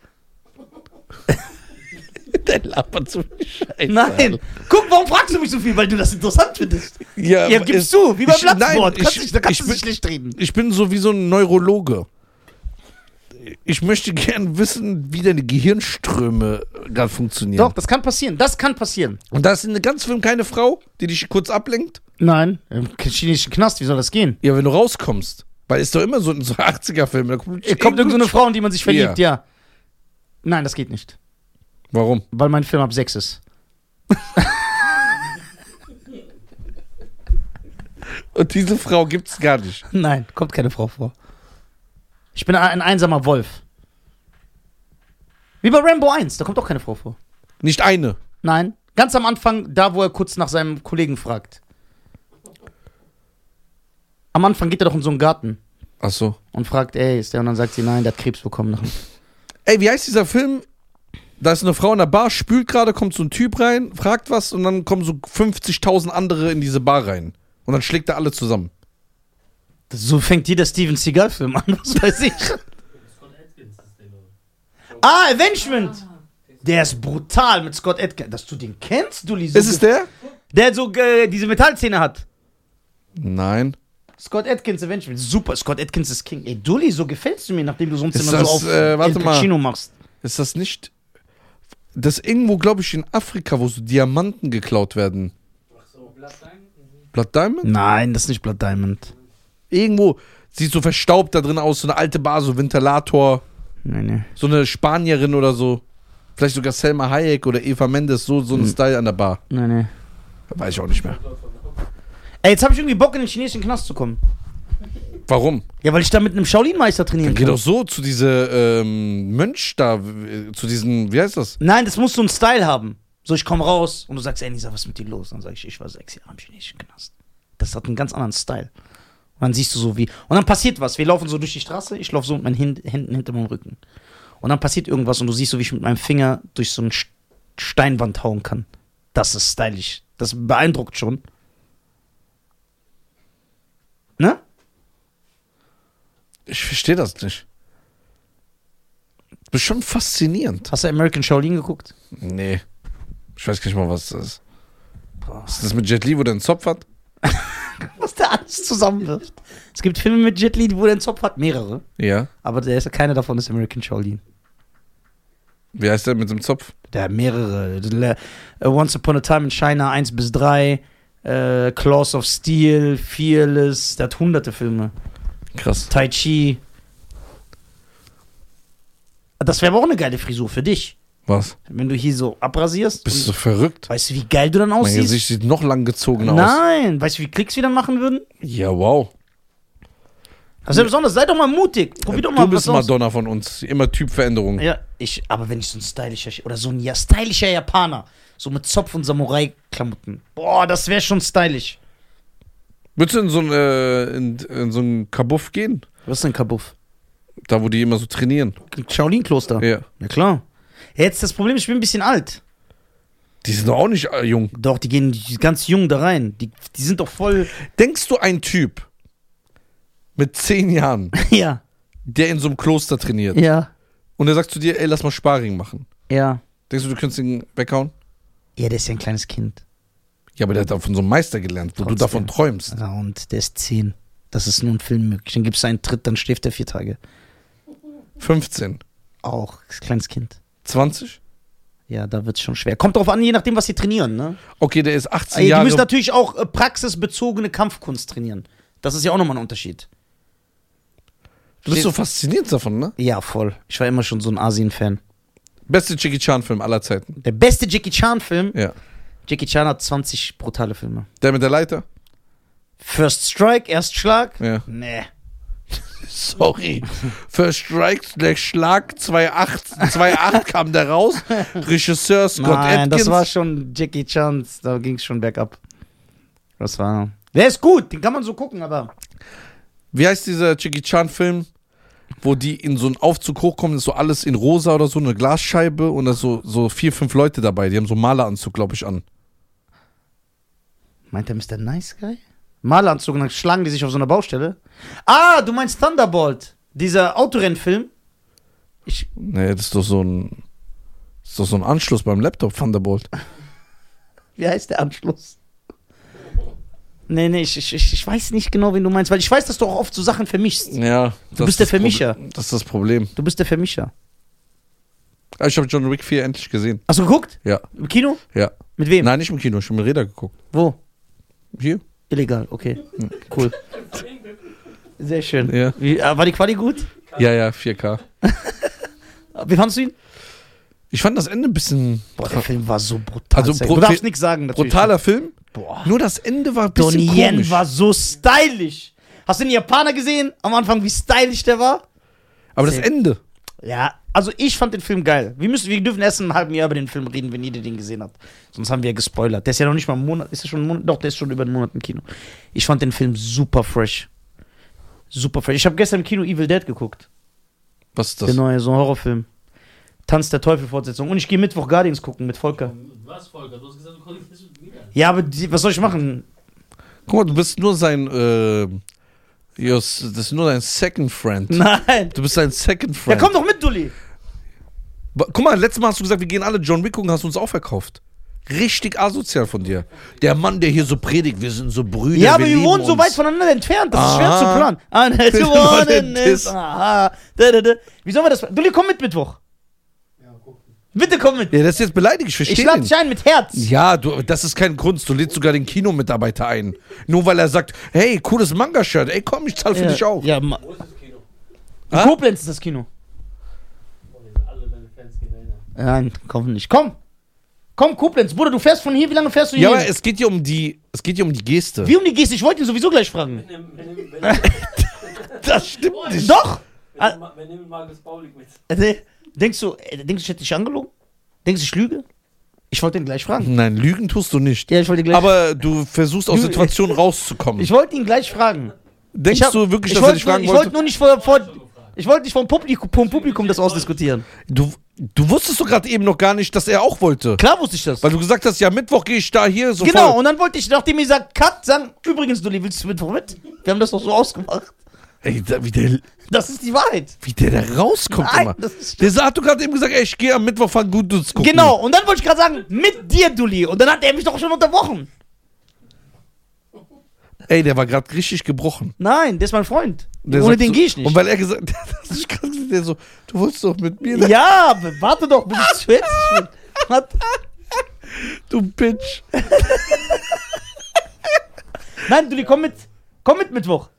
Speaker 1: Der labert so viel Scheiße.
Speaker 2: Nein! Guck, warum fragst du mich so viel? Weil du das interessant findest.
Speaker 1: Ja,
Speaker 2: Ja, gibst
Speaker 1: es-
Speaker 2: du, wie
Speaker 1: Ähm,
Speaker 2: beim
Speaker 1: ich- nein,
Speaker 2: Platzwort. Kannst
Speaker 1: ich-
Speaker 2: dich- Da kannst
Speaker 1: ich
Speaker 2: du
Speaker 1: bin-
Speaker 2: nicht schlecht reden.
Speaker 1: Ich bin so wie so ein Neurologe. Ich möchte gern wissen, wie deine Gehirnströme gerade funktionieren.
Speaker 2: Doch, das kann passieren. Das kann passieren.
Speaker 1: Und da ist in der ganzen Film keine Frau, die dich kurz ablenkt.
Speaker 2: Nein. Im chinesischen Knast, wie soll das gehen?
Speaker 1: Ja, wenn du rauskommst. Weil ist doch immer so ein so 80er-Film. Da kommt, eh
Speaker 2: Hier kommt irgendeine so eine Frau, in die man sich verliebt, ja. Nein, das geht nicht.
Speaker 1: Warum?
Speaker 2: Weil mein Film ab 6 ist.
Speaker 1: Und diese Frau gibt's gar nicht.
Speaker 2: Nein, kommt keine Frau vor. Ich bin ein einsamer Wolf. Wie bei Rambo 1, da kommt auch keine Frau vor.
Speaker 1: Nicht eine.
Speaker 2: Nein. Ganz am Anfang, da wo er kurz nach seinem Kollegen fragt. Am Anfang geht er doch in so einen Garten
Speaker 1: Ach so.
Speaker 2: und fragt, ey, ist der? Und dann sagt sie, nein, der hat Krebs bekommen.
Speaker 1: Ey, wie heißt dieser Film? Da ist eine Frau in der Bar, spült gerade, kommt so ein Typ rein, fragt was und dann kommen so 50.000 andere in diese Bar rein. Und dann schlägt er alle zusammen.
Speaker 2: So fängt jeder Steven Seagal-Film an, was weiß ich.
Speaker 4: Scott Atkins ist der, glaube ich.
Speaker 2: Ah, Avengement! Der ist brutal mit Scott Edgar. Dass du den kennst, du Lisa.
Speaker 1: Ist es der?
Speaker 2: der so äh, diese Metallzähne hat.
Speaker 1: Nein.
Speaker 2: Scott Atkins Avengement. Super, Scott Atkins ist King. Ey, Dulli, so gefällst du mir, nachdem du sonst
Speaker 1: Ist
Speaker 2: immer
Speaker 1: das,
Speaker 2: so auf
Speaker 1: äh, warte
Speaker 2: El
Speaker 1: mal.
Speaker 2: Pacino machst.
Speaker 1: Ist das nicht. Das irgendwo, glaube ich, in Afrika, wo so Diamanten geklaut werden.
Speaker 5: Blattstein?
Speaker 1: Blood Diamond?
Speaker 2: Nein, das ist nicht Blood Diamond.
Speaker 1: Irgendwo sieht so verstaubt da drin aus, so eine alte Bar, so Ventilator,
Speaker 2: Nee, nee.
Speaker 1: so eine Spanierin oder so. Vielleicht sogar Selma Hayek oder Eva Mendes, so, so ein Style an der Bar.
Speaker 2: Nein, nein.
Speaker 1: Weiß ich auch nicht mehr.
Speaker 2: Ey, jetzt habe ich irgendwie Bock, in den chinesischen Knast zu kommen.
Speaker 1: Warum?
Speaker 2: Ja, weil ich da mit einem Shaolin-Meister trainieren
Speaker 1: Geh
Speaker 2: kann.
Speaker 1: doch so zu diese ähm, Mönch da, äh, zu diesen, wie heißt das?
Speaker 2: Nein, das musst du einen Style haben. So, ich komme raus und du sagst, ey, Nisa, was ist mit dir los? Dann sag ich, ich war sechs Jahre im chinesischen Knast. Das hat einen ganz anderen Style. Und dann siehst du so wie. Und dann passiert was. Wir laufen so durch die Straße, ich laufe so mit meinen Hin- Händen hinter meinem Rücken. Und dann passiert irgendwas und du siehst so, wie ich mit meinem Finger durch so einen Sch- Steinwand hauen kann. Das ist stylisch. Das beeindruckt schon. Ne?
Speaker 1: Ich verstehe das nicht. Das ist schon faszinierend.
Speaker 2: Hast du American Shaolin geguckt?
Speaker 1: Nee. Ich weiß gar nicht mal, was das ist.
Speaker 2: Boah.
Speaker 1: Ist das mit Jet Li, wo der einen Zopf hat?
Speaker 2: Was der alles zusammenwirft. Es gibt Filme mit Jet Li, wo der einen Zopf hat, mehrere.
Speaker 1: Ja.
Speaker 2: Aber der ist, keiner davon ist American Shaolin.
Speaker 1: Wie heißt der mit dem Zopf?
Speaker 2: Der hat mehrere. Le- äh, Once Upon a Time in China 1 bis 3, äh, Claws of Steel, Fearless, der hat hunderte Filme.
Speaker 1: Krass.
Speaker 2: Tai Chi. Das wäre aber auch eine geile Frisur für dich.
Speaker 1: Was?
Speaker 2: Wenn du hier so abrasierst.
Speaker 1: Bist du so verrückt?
Speaker 2: und- weißt du, wie geil du dann
Speaker 1: Mein
Speaker 2: aussiehst?
Speaker 1: Gesicht sieht noch langgezogener aus.
Speaker 2: Nein, weißt du, wie Klicks wir dann machen würden?
Speaker 1: Ja, wow.
Speaker 2: Das ist ja besonders, sei doch mal mutig. Probier doch mal
Speaker 1: du bist
Speaker 2: was aus.
Speaker 1: Madonna von uns. Immer Typveränderung.
Speaker 2: Ja, ich, aber wenn ich so ein stylischer, oder so ein ja, stylischer Japaner, so mit Zopf und Samurai-Klamotten. Boah, das wäre schon stylisch.
Speaker 1: Würdest du in so ein, äh, in, in so ein Kabuff gehen?
Speaker 2: Was ist denn Kabuff?
Speaker 1: Da, wo die immer so trainieren.
Speaker 2: Shaolin-Kloster.
Speaker 1: Ja.
Speaker 2: Ja, klar. Jetzt das Problem, ich bin ein bisschen alt.
Speaker 1: Die sind doch auch nicht äh, jung.
Speaker 2: Doch, die gehen ganz jung da rein. Die, die sind doch voll.
Speaker 1: Denkst du, ein Typ mit zehn Jahren,
Speaker 2: ja,
Speaker 1: der in so einem Kloster trainiert
Speaker 2: ja,
Speaker 1: und der sagt zu dir, ey, lass mal Sparring machen.
Speaker 2: ja.
Speaker 1: Denkst du, du könntest ihn weghauen?
Speaker 2: Ja, der ist ja ein kleines Kind.
Speaker 1: Ja, aber der hat auch von so einem Meister gelernt, wo du davon
Speaker 2: Trotzdem.
Speaker 1: träumst.
Speaker 2: Ja, Und der ist zehn. Das ist nur ein Film möglich. Dann gibst du einen Tritt, dann schläft er vier Tage.
Speaker 1: 15,
Speaker 2: Auch ist ein kleines Kind.
Speaker 1: 20?
Speaker 2: Ja, da wird es schon schwer. Kommt drauf an, je nachdem, was sie trainieren, ne?
Speaker 1: Okay, der ist 18
Speaker 2: Ey, die
Speaker 1: Jahre.
Speaker 2: müssen natürlich auch äh, praxisbezogene Kampfkunst trainieren. Das ist ja auch nochmal ein Unterschied.
Speaker 1: du bist so fasziniert davon, ne?
Speaker 2: Ja, voll. Ich war immer schon so ein Asien-Fan.
Speaker 1: Beste Jackie Chan-Film aller Zeiten.
Speaker 2: Der beste Jackie Chan-Film.
Speaker 1: Ja.
Speaker 2: Jackie Chan hat 20 brutale Filme.
Speaker 1: Der mit der Leiter?
Speaker 2: First Strike, Erstschlag.
Speaker 1: Ja.
Speaker 2: Nee.
Speaker 1: Sorry. Für Strikes der Schlag 2008, 2008 kam der raus. Regisseur Scott
Speaker 2: Nein,
Speaker 1: Atkins.
Speaker 2: das war schon Jackie Chan. Da ging es schon bergab. Das war. Der ist gut, den kann man so gucken, aber.
Speaker 1: Wie heißt dieser Jackie Chan-Film, wo die in so einen Aufzug hochkommen, ist so alles in rosa oder so, eine Glasscheibe und da so, so vier, fünf Leute dabei. Die haben so einen Maleranzug, glaube ich, an.
Speaker 2: Meint er Mr. Nice Guy? Maleranzug und dann schlagen die sich auf so einer Baustelle. Ah, du meinst Thunderbolt. Dieser Autorennfilm. Ich,
Speaker 1: Nee, das ist doch so ein. Das ist doch so ein Anschluss beim Laptop, Thunderbolt.
Speaker 2: Wie heißt der Anschluss? Nee, nee, ich, ich, ich ich weiß nicht genau, wen du meinst, weil ich weiß, dass du auch oft so Sachen vermischst.
Speaker 1: Ja. das
Speaker 2: bist
Speaker 1: ist
Speaker 2: der
Speaker 1: das
Speaker 2: Vermischer.
Speaker 1: Proble- Das ist das Problem.
Speaker 2: Du bist der Vermischer.
Speaker 1: Ah, Ich habe John Wick 4 endlich gesehen.
Speaker 2: Hast du geguckt?
Speaker 1: Ja,
Speaker 2: Im Kino?
Speaker 1: ja.
Speaker 2: Mit wem?
Speaker 1: Nein, nicht im Kino, ich habe mit Räder geguckt.
Speaker 2: Wo?
Speaker 1: Hier?
Speaker 2: Illegal, okay. Cool. Sehr schön.
Speaker 1: Ja.
Speaker 2: Wie, äh, war die Quali gut?
Speaker 1: Ja, ja, 4K.
Speaker 2: Äh, Wie fandst du ihn?
Speaker 1: Ich fand das Ende ein bisschen
Speaker 2: Boah, der Film war so brutal.
Speaker 1: Also
Speaker 2: du
Speaker 1: brut-
Speaker 2: darfst nichts sagen, natürlich.
Speaker 1: brutaler Film.
Speaker 2: Boah.
Speaker 1: Nur das Ende war ein bisschen
Speaker 2: Donnie Yen
Speaker 1: komisch.
Speaker 2: war so stylisch. Hast du den Japaner gesehen? Am Anfang, wie stylisch der war?
Speaker 1: Aber das Ende.
Speaker 2: Ja, also ich fand den Film geil. Wir, müssen, wir dürfen erst in einem halben Jahr über den Film reden, wenn jeder den gesehen hat. Sonst haben wir gespoilert. Der ist ja noch nicht mal einen Monat. Ist er schon ein Monat? Doch, der ist schon über einen Monat im Kino. Ich fand den Film super fresh. Super fresh. Ich habe gestern im Kino Evil Dead geguckt.
Speaker 1: Was ist
Speaker 2: Der
Speaker 1: das?
Speaker 2: neue, so ein Horrorfilm. Tanz der Teufel-Fortsetzung. Und ich gehe Mittwoch Guardians gucken mit Volker.
Speaker 4: Was, Volker? Du hast gesagt, du kommst nicht wieder.
Speaker 2: Ja, aber die, was soll ich machen?
Speaker 1: Guck mal, du bist nur sein. Äh, Jus, das ist nur dein Second Friend.
Speaker 2: Nein.
Speaker 1: Du bist sein Second
Speaker 2: Ja,
Speaker 1: Friend.
Speaker 2: komm doch mit, Dulli.
Speaker 1: Ba- Guck mal, letztes Mal hast du gesagt, wir gehen alle John Wick gucken, hast uns auch verkauft. Richtig asozial von dir. Der Mann, der hier so predigt, wir sind so Brüder.
Speaker 2: Ja, aber wir
Speaker 1: lieben
Speaker 2: wohnen so
Speaker 1: uns. Ah.
Speaker 2: weit voneinander entfernt, das ist schwer
Speaker 1: Aha.
Speaker 2: zu planen. Ah, And as you
Speaker 1: What it
Speaker 2: want it is.
Speaker 1: is.
Speaker 2: Aha. Da, da, da. Wie sollen wir das? Dulli, komm mit Mittwoch.
Speaker 4: Ja, guck.
Speaker 2: Bitte komm mit.
Speaker 1: Ja, das ist jetzt beleidigt, ich verstehe
Speaker 2: Ich lade
Speaker 1: den.
Speaker 2: dich ein mit Herz.
Speaker 1: Ja, du, das ist kein Kunst. Du lädst sogar den Kinomitarbeiter ein. Nur weil er sagt, hey, cooles Manga-Shirt. Ey, komm, ich zahle für dich auch.
Speaker 2: Ja, ma-
Speaker 4: Wo ist das Kino?
Speaker 2: in
Speaker 1: Ah?
Speaker 2: Koblenz ist das Kino.
Speaker 4: Boah, alle deine Fans gehen dahin.
Speaker 2: Nein, komm nicht. Komm! Komm, Koblenz, Bruder, du fährst von hier, wie lange fährst du
Speaker 1: Ja,
Speaker 2: hier?
Speaker 1: aber es geht hier um die, es geht hier um die Geste.
Speaker 2: wie um die Geste? Ich wollte ihn sowieso gleich fragen.
Speaker 3: Wenn, wenn, wenn, wenn, wenn,
Speaker 1: Das stimmt
Speaker 2: Doch! Ah.
Speaker 3: wenn, wenn nehmen wir Markus Paulik mit.
Speaker 2: Äh, Denkst du, äh, denkst du, ich hätte dich angelogen? Denkst du, ich lüge? Ich wollte ihn gleich fragen.
Speaker 1: Nein, lügen tust du nicht.
Speaker 2: Ja, ich wollte ihn gleich
Speaker 1: Aber du versuchst aus
Speaker 2: Lügen.
Speaker 1: Situationen rauszukommen.
Speaker 2: Ich wollte ihn gleich fragen.
Speaker 1: Denkst
Speaker 2: ich hab-
Speaker 1: du wirklich,
Speaker 2: ich
Speaker 1: dass er
Speaker 2: wollte
Speaker 1: dich
Speaker 2: nur-
Speaker 1: fragen
Speaker 2: Ich wollte
Speaker 1: wollte?
Speaker 2: nur nicht vor, vor, ich wollte nicht vom Publikum, vom Publikum das ausdiskutieren.
Speaker 1: Du, du wusstest doch gerade eben noch gar nicht, dass er auch wollte.
Speaker 2: Klar wusste ich das.
Speaker 1: Weil du gesagt hast, ja, Mittwoch gehe ich da hier so
Speaker 2: genau,
Speaker 1: voll.
Speaker 2: und dann wollte ich, nachdem ihr sagt, Cut, sagen, übrigens, Dulli, willst du mit mit? Wir haben das doch so ausgemacht.
Speaker 1: Ey, da, wie, der,
Speaker 2: Das ist die Wahrheit.
Speaker 1: wie der da rauskommt
Speaker 2: Nein,
Speaker 1: immer.
Speaker 2: das ist-
Speaker 1: Der sa- hat doch gerade eben gesagt, ey, ich gehe am Mittwoch von Guduz gucken.
Speaker 2: Genau, und dann wollte ich gerade sagen, mit dir, Dulli. Und dann hat er mich doch schon unterbrochen.
Speaker 1: Ey, der war gerade richtig gebrochen.
Speaker 2: Nein, der ist mein Freund.
Speaker 1: Der
Speaker 2: Ohne
Speaker 1: sagt
Speaker 2: den
Speaker 1: so,
Speaker 2: gehe ich nicht.
Speaker 1: Und weil er gesagt hat, das ist krass, der so, du wolltest doch mit mir, ne?
Speaker 2: ja, w- warte doch, bis ich fertig bin. Warte.
Speaker 1: du Bitch.
Speaker 2: Nein, Dulli, komm mit. Komm mit Mittwoch.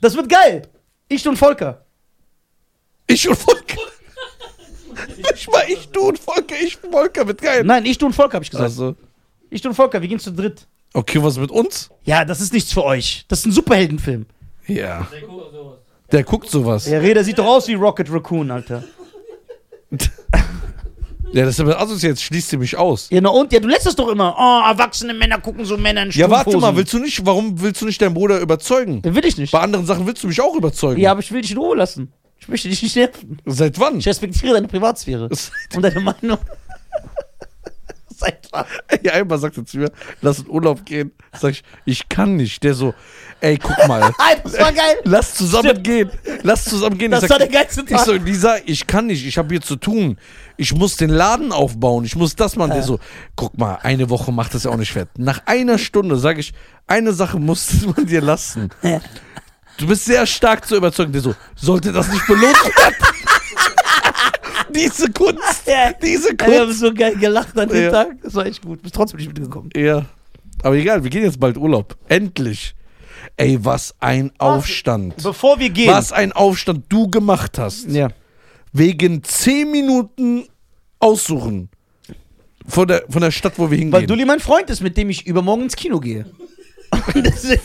Speaker 2: Das wird geil. Ich und Volker.
Speaker 1: Ich und Volker. Ich war ich, du und Volker, ich und Volker mit geil.
Speaker 2: Nein, ich, du und Volker, habe ich gesagt.
Speaker 1: Also,
Speaker 2: Ich und Volker, wir gehen zu dritt.
Speaker 1: okay, was mit uns?
Speaker 2: Ja, das ist nichts für euch. Das ist ein Superheldenfilm.
Speaker 1: Ja.
Speaker 5: Der guckt sowas.
Speaker 1: Der guckt sowas. Ja,
Speaker 2: Der Reda sieht doch aus wie Rocket Raccoon, Alter.
Speaker 1: das ist aber also jetzt schließt sie mich aus.
Speaker 2: Ja, na und? Ja, du lässt das doch immer. Oh, erwachsene Männer gucken so Männer in
Speaker 1: Ja, warte mal,
Speaker 2: Strumpfhosen.
Speaker 1: willst du nicht, warum willst du nicht deinen Bruder überzeugen?
Speaker 2: Ja, will ich nicht.
Speaker 1: Bei anderen Sachen willst du mich auch überzeugen.
Speaker 2: Ja, aber ich will dich in Ruhe lassen. Ich möchte dich nicht nerven.
Speaker 1: Seit wann?
Speaker 2: Ich respektiere deine Privatsphäre und deine Meinung. Seit wann?
Speaker 1: Ey, einmal sagt er zu mir, lass in Urlaub gehen. Sag ich, ich kann nicht. Der so, ey, guck mal,
Speaker 2: Ah, das war geil.
Speaker 1: lass zusammen
Speaker 2: Stimmt.
Speaker 1: gehen. Lass zusammen gehen.
Speaker 2: Das
Speaker 1: ich
Speaker 2: war der geilste
Speaker 1: Ich
Speaker 2: Tag.
Speaker 1: so, Lisa, ich kann nicht, ich habe hier zu tun. Ich muss den Laden aufbauen, ich muss das
Speaker 2: Äh.
Speaker 1: machen. Der so, guck mal, eine Woche macht das ja auch nicht fett. Nach einer Stunde sage ich, eine Sache muss man dir lassen. Du bist sehr stark zu überzeugen. Der so, sollte das nicht belohnt werden? diese Kunst,
Speaker 2: Ja.
Speaker 1: diese
Speaker 2: Ja, wir haben
Speaker 1: Kunst.
Speaker 2: so geil gelacht an dem
Speaker 1: Ja.
Speaker 2: Tag. Das war echt gut. Bist trotzdem nicht mitgekommen.
Speaker 1: Ja. Aber egal, wir gehen jetzt bald Urlaub. Endlich. Ey, was ein Aufstand.
Speaker 2: Bevor wir gehen.
Speaker 1: Was ein Aufstand du gemacht hast.
Speaker 2: Ja.
Speaker 1: Wegen 10 Minuten aussuchen. Von der, von der Stadt, wo wir hingehen.
Speaker 2: Weil Dulli mein Freund ist, mit dem ich übermorgen ins Kino gehe. Und deswegen-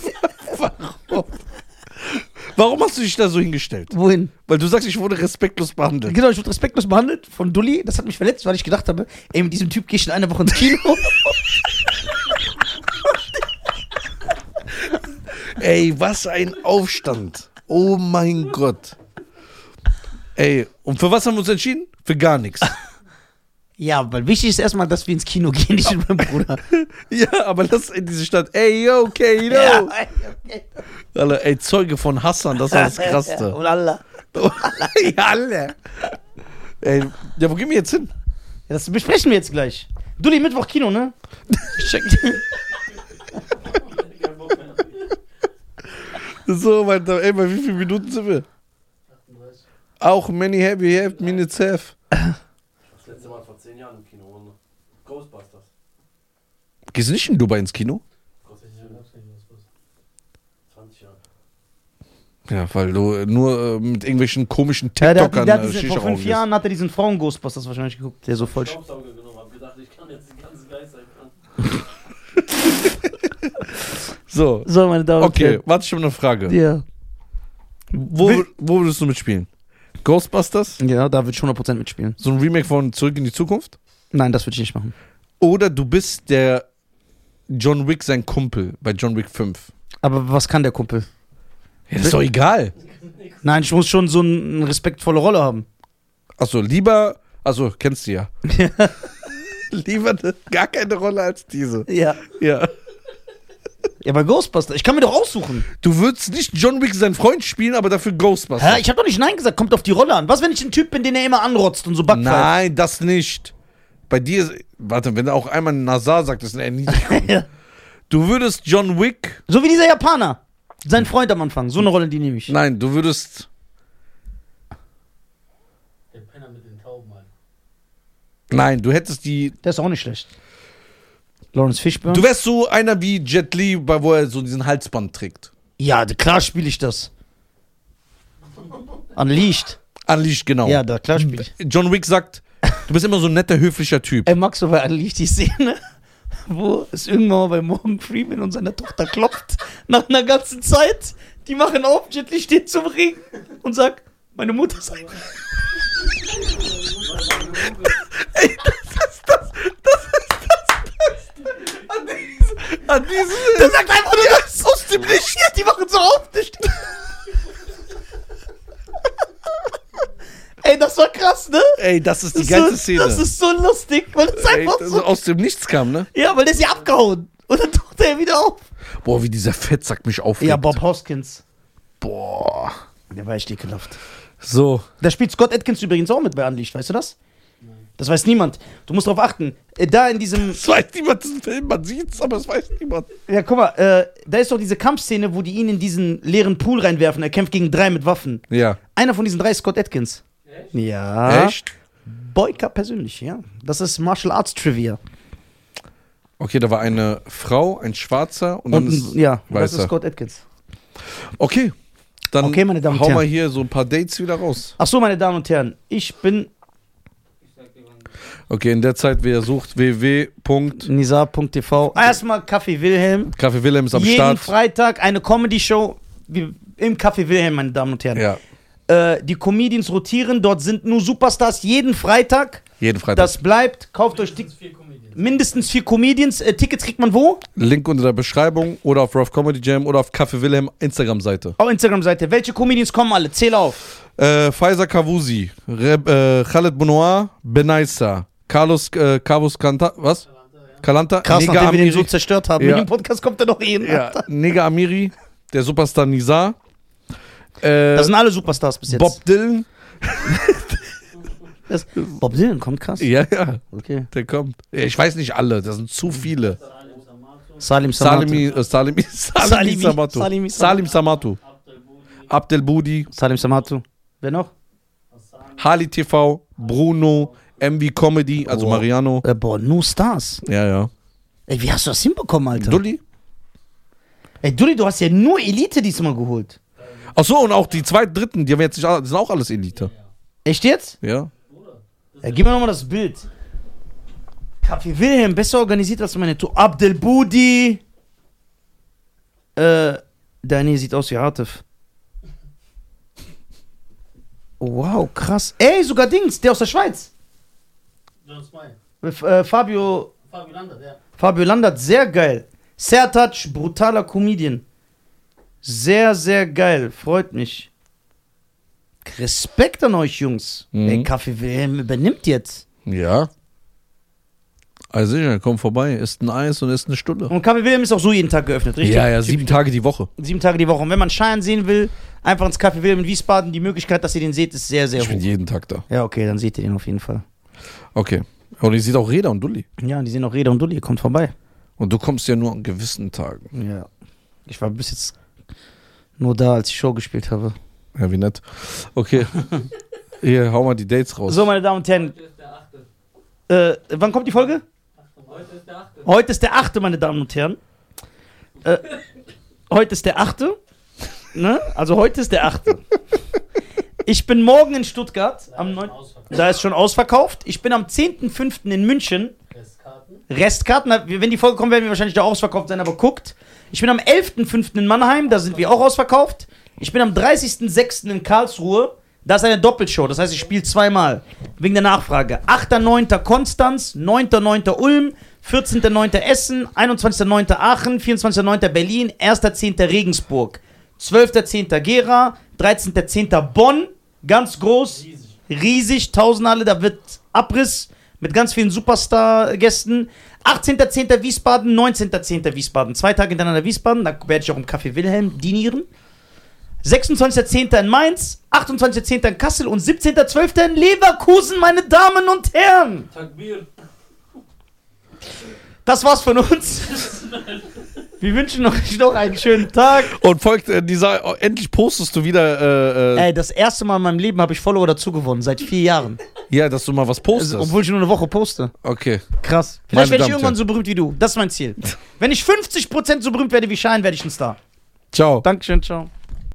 Speaker 1: Warum hast du dich da so hingestellt?
Speaker 2: Wohin?
Speaker 1: Weil du sagst, ich wurde respektlos behandelt.
Speaker 2: Genau, ich wurde respektlos behandelt von Dulli. Das hat mich verletzt, weil ich gedacht habe, ey, mit diesem Typ gehe ich in einer Woche ins Kino.
Speaker 1: Ey, was ein Aufstand. Oh mein Gott. Ey, und für was haben wir uns entschieden? Für gar nichts.
Speaker 2: ja, weil wichtig ist erstmal, dass wir ins Kino gehen, nicht mit meinem Bruder.
Speaker 1: Ja, aber lass in diese Stadt. Ey, yo, okay, yo.
Speaker 2: Ja, okay.
Speaker 1: Alle, ey, Zeuge von Hassan, das ist das
Speaker 2: Ja,
Speaker 1: Krasseste.
Speaker 2: und Allah.
Speaker 1: ja, alle. Ey, ja, wo gehen wir jetzt hin?
Speaker 2: Ja, das besprechen wir jetzt gleich. Dulli, Mittwoch Kino, ne? Ich check.
Speaker 3: Kein Bock mehr.
Speaker 1: So, mein, ey, bei wie vielen Minuten sind wir? Auch many happy have minutes have.
Speaker 3: Das letzte Mal vor 10 Jahren im Kino. ohne Ghostbusters.
Speaker 1: Gehst du nicht in Dubai ins Kino?
Speaker 3: Ghostbusters. 20 Jahre.
Speaker 1: Ja, weil du äh, nur äh, mit irgendwelchen komischen
Speaker 2: Ja, der, hat-
Speaker 1: TikTokern
Speaker 2: der hat
Speaker 1: äh,
Speaker 2: diesen,
Speaker 1: Shisha
Speaker 2: vor fünf
Speaker 1: rauchst.
Speaker 2: Jahren hat er diesen Frauen-Ghostbusters wahrscheinlich geguckt, der so voll. sch-
Speaker 3: Staubsauger genommen. Hab gedacht, ich kann jetzt die ganze Geistheit an.
Speaker 1: So,
Speaker 2: So, meine Damen und
Speaker 1: okay,
Speaker 2: Herren.
Speaker 1: warte, ich habe eine Frage.
Speaker 2: Ja.
Speaker 1: Wo,
Speaker 2: Will-
Speaker 1: wo würdest du mitspielen? Ghostbusters?
Speaker 2: Ja, da würde ich 100% mitspielen.
Speaker 1: So ein Remake von Zurück in die Zukunft?
Speaker 2: Nein, das würde ich nicht machen.
Speaker 1: Oder du bist der John Wick, sein Kumpel bei John Wick 5?
Speaker 2: Aber was kann der Kumpel?
Speaker 1: Ja, ist doch egal.
Speaker 2: Nein, ich muss schon so eine respektvolle Rolle haben.
Speaker 1: Achso, lieber, also kennst du ja. lieber ne- gar keine Rolle als diese.
Speaker 2: Ja.
Speaker 1: Ja.
Speaker 2: Ja, bei Ghostbusters. Ich kann mir doch aussuchen.
Speaker 1: Du würdest nicht John Wick sein Freund spielen, aber dafür Ghostbusters.
Speaker 2: Hä? Ich habe doch nicht Nein gesagt. Kommt auf die Rolle an. Was, wenn ich ein Typ bin, den er immer anrotzt und so backpfeift?
Speaker 1: Nein, das nicht. Bei dir, ist- warte, wenn er auch einmal Nazar sagt, ist er nie.
Speaker 2: Ja.
Speaker 1: Du würdest John Wick,
Speaker 2: So wie dieser Japaner. Sein Freund am Anfang. So eine Rolle, die nehme ich.
Speaker 1: nein, du würdest,
Speaker 5: Der Penner mit den Tauben, Mann.
Speaker 1: nein, du hättest die,
Speaker 2: Der ist auch nicht schlecht. Lawrence Fishburne.
Speaker 1: du wärst so einer wie Jet Li, bei wo er so diesen Halsband trägt.
Speaker 2: ja, d- klar spiele ich das. Unleashed.
Speaker 1: Unleashed, genau.
Speaker 2: Ja, da klar spiele ich.
Speaker 1: John Wick sagt, Du bist immer so ein netter, höflicher Typ.
Speaker 2: Ey, Max, aber liegt die Szene, wo es irgendwann mal bei Morgan Freeman und seiner Tochter klopft, nach einer ganzen Zeit. Die machen auf, Jetli steht zum Ring und sagt, meine Mutter sei. Ey, das ist das, das ist das Beste an diesem.
Speaker 1: An diesem
Speaker 2: Der sagt einfach nur das aus dem Nichts. Ja, die machen so auf, der steht- Ey, das war krass, ne?
Speaker 1: Ey, das ist die
Speaker 2: Das
Speaker 1: ganze
Speaker 2: ist so,
Speaker 1: Szene.
Speaker 2: Das ist so lustig, weil das
Speaker 1: Ey,
Speaker 2: einfach
Speaker 1: das
Speaker 2: so.
Speaker 1: aus dem Nichts kam, ne?
Speaker 2: Ja, weil der ist ja abgehauen. Und dann taucht er ja wieder auf.
Speaker 1: Boah, wie dieser Fettsack mich aufregt.
Speaker 2: Ja, Bob Hoskins.
Speaker 1: Boah.
Speaker 2: Der war echt ekelhaft.
Speaker 1: So.
Speaker 2: Da spielt Scott Atkins übrigens auch mit bei Unleashed, weißt du das? Das weiß niemand. Du musst drauf achten. Äh, Da in diesem.
Speaker 1: Es weiß niemand diesen Film, man sieht's, aber es weiß niemand.
Speaker 2: Ja, guck mal, äh, da ist doch diese Kampfszene, wo die ihn in diesen leeren Pool reinwerfen. Er kämpft gegen drei mit Waffen.
Speaker 1: Ja.
Speaker 2: Einer von diesen drei ist Scott Atkins.
Speaker 5: Echt?
Speaker 2: Ja.
Speaker 1: Echt?
Speaker 2: Boyka persönlich, ja. Das ist Martial Arts Trivia.
Speaker 1: Okay, da war eine Frau, ein Schwarzer und dann
Speaker 2: Und,
Speaker 1: ist.
Speaker 2: ja, und das
Speaker 1: weißer.
Speaker 2: ist Scott Atkins.
Speaker 1: Okay. Dann
Speaker 2: Okay, meine Damen und
Speaker 1: hauen wir
Speaker 2: Herren.
Speaker 1: hier so ein paar Dates wieder raus.
Speaker 2: Ach so, meine Damen und Herren, ich bin
Speaker 5: Ich sag dir wann.
Speaker 1: Okay, in der Zeit, wer sucht, www.
Speaker 2: nisa.tv. Ah, Erstmal Kaffee Wilhelm.
Speaker 1: Kaffee Wilhelm ist am
Speaker 2: Jeden
Speaker 1: Start.
Speaker 2: Freitag eine Comedy-Show wie- im Café Wilhelm, meine Damen und Herren.
Speaker 1: ja,
Speaker 2: Äh, die Comedians rotieren, dort sind nur Superstars jeden Freitag.
Speaker 1: jeden Freitag.
Speaker 2: Das bleibt, kauft euch die,
Speaker 4: Mindestens vier Comedians.
Speaker 2: mindestens vier Comedians. Äh, Tickets kriegt man wo?
Speaker 1: Link unter der Beschreibung oder auf Rough Comedy Jam oder auf Kaffee Wilhelm Instagram-Seite.
Speaker 2: Auf Instagram-Seite. Welche Comedians kommen alle? Zähl auf.
Speaker 1: Äh, Pfizer Kavusi, Reb, äh, Khaled Bounoir, Benaisa, Carlos äh, Cavus Canta, was? Kalanta,
Speaker 2: Krass,
Speaker 1: Nega
Speaker 2: nachdem wir
Speaker 1: Amiri,
Speaker 2: den so zerstört haben.
Speaker 1: Ja.
Speaker 2: Mit dem Podcast kommt er noch hin.
Speaker 1: ja,
Speaker 2: Alter.
Speaker 1: Nega Amiri, der Superstar Nizar, äh,
Speaker 2: Das sind alle Superstars bis jetzt.
Speaker 1: Bob Dylan,
Speaker 2: Das, Bob Dylan kommt krass.
Speaker 1: ja, ja,
Speaker 2: Okay.
Speaker 1: der kommt. Ich weiß nicht alle, das sind zu viele.
Speaker 4: Salim Samato,
Speaker 2: Salim Samatu.
Speaker 1: Salimi, äh, Salimi, Salimi,
Speaker 2: Salimi,
Speaker 1: Samatu.
Speaker 2: Salimi
Speaker 1: Salim Samatu,
Speaker 4: Abdelboudi,
Speaker 1: Abdelbudi,
Speaker 2: Salim Samatu. Wer noch?
Speaker 4: Hassan,
Speaker 1: Hali TV, Bruno, MV Comedy, also
Speaker 2: Oh.
Speaker 1: Mariano.
Speaker 2: Äh, boah, nur Stars.
Speaker 1: Ja, ja.
Speaker 2: Ey, wie hast du das hinbekommen, Alter?
Speaker 1: Dulli?
Speaker 2: Ey, Dulli, du hast ja nur Elite diesmal geholt.
Speaker 1: Achso, und auch die zweiten, dritten, die haben jetzt nicht, alle- die sind auch alles Elite.
Speaker 2: Echt jetzt?
Speaker 1: Ja.
Speaker 4: Bruder. Das
Speaker 2: Ja,
Speaker 4: ist
Speaker 2: gib mir nochmal das Bild. Kaffee Wilhelm, besser organisiert als meine Tour. Abdelbudi. Äh, deine sieht aus wie Hatif. Wow, krass. Ey, sogar Dings, der aus der Schweiz.
Speaker 4: John Smile.
Speaker 2: F- Äh, Fabio,
Speaker 4: Fabio Lander, der.
Speaker 2: Fabio Landert, sehr geil. Sertac, brutaler Comedian. Sehr, sehr geil, freut mich. Respekt an euch, Jungs.
Speaker 1: Mhm.
Speaker 2: Ey, Kaffee Wilhelm übernimmt jetzt.
Speaker 1: Ja. Also sicher, komm vorbei, isst ein Eis und isst eine Stulle.
Speaker 2: Und Kaffee Wilhelm ist auch so jeden Tag geöffnet, richtig?
Speaker 1: Ja, ja, sieben Tage die Woche.
Speaker 2: Sieben Tage die Woche. Und wenn man Schein sehen will, einfach ins Kaffee Wilhelm in Wiesbaden. Die Möglichkeit, dass ihr den seht, ist sehr, sehr
Speaker 1: Ich bin
Speaker 2: hoch.
Speaker 1: jeden Tag da.
Speaker 2: Ja, okay, dann seht ihr den auf jeden Fall.
Speaker 1: Okay. Und ich sehe auch Reda und Dulli.
Speaker 2: Ja, und die sehen auch Reda und Dulli, kommt vorbei.
Speaker 1: Und du kommst ja nur an gewissen Tagen.
Speaker 2: Ja. Ich war bis jetzt nur da, als ich Show gespielt habe.
Speaker 1: Ja, wie nett. Okay. Hier, hau mal die Dates raus.
Speaker 2: So, meine Damen und Herren,
Speaker 5: Heute ist der achte.
Speaker 2: äh, wann kommt die Folge?
Speaker 5: Heute ist der achte.
Speaker 2: Heute ist der 8., meine Damen und Herren. Äh, heute ist der 8. Ne? Also heute ist der 8. Ich bin morgen in Stuttgart am 9.
Speaker 4: Ausverkauf.
Speaker 2: Da ist schon ausverkauft. Ich bin am 10.5. in München.
Speaker 4: Restkarten.
Speaker 2: Restkarten, na, wenn die Folge kommt, werden wir wahrscheinlich da ausverkauft sein, aber guckt. Ich bin am 11.5. in Mannheim, da sind wir auch ausverkauft. Ich bin am 30.6. in Karlsruhe. Das ist eine Doppelshow, das heißt, ich spiele zweimal. Wegen der Nachfrage. 8.9. Konstanz, 9.9. Ulm, 14.9. Essen, 21.9. Aachen, 24.9. Berlin, 1.10. Regensburg, 12.10. Gera, 13.10. Bonn, ganz groß
Speaker 4: Riesig.
Speaker 2: riesig, Tausendhalle, da wird Abriss mit ganz vielen Superstar-Gästen. 18.10. Wiesbaden, 19.10. Wiesbaden. Zwei Tage hintereinander Wiesbaden, da werde ich auch im Café Wilhelm dinieren. 26.10. in Mainz, 28.10. in Kassel und 17.12. in Leverkusen, meine Damen und Herren.
Speaker 5: Takbir.
Speaker 2: Das war's von uns. Wir wünschen euch noch einen schönen Tag.
Speaker 1: Und folgt äh, dieser, oh, endlich postest du wieder, äh, äh,
Speaker 2: Ey, das erste Mal in meinem Leben habe ich Follower dazu gewonnen, seit vier Jahren.
Speaker 1: ja, dass du mal was postest.
Speaker 2: also, Obwohl ich nur eine Woche poste.
Speaker 1: okay.
Speaker 2: Krass.
Speaker 1: Meine
Speaker 2: Vielleicht werde ich
Speaker 1: Damen und
Speaker 2: irgendwann so berühmt wie du. Das ist mein Ziel. Wenn ich 50% so berühmt werde wie Schein, werde ich ein Star.
Speaker 1: Ciao.
Speaker 2: Dankeschön, ciao.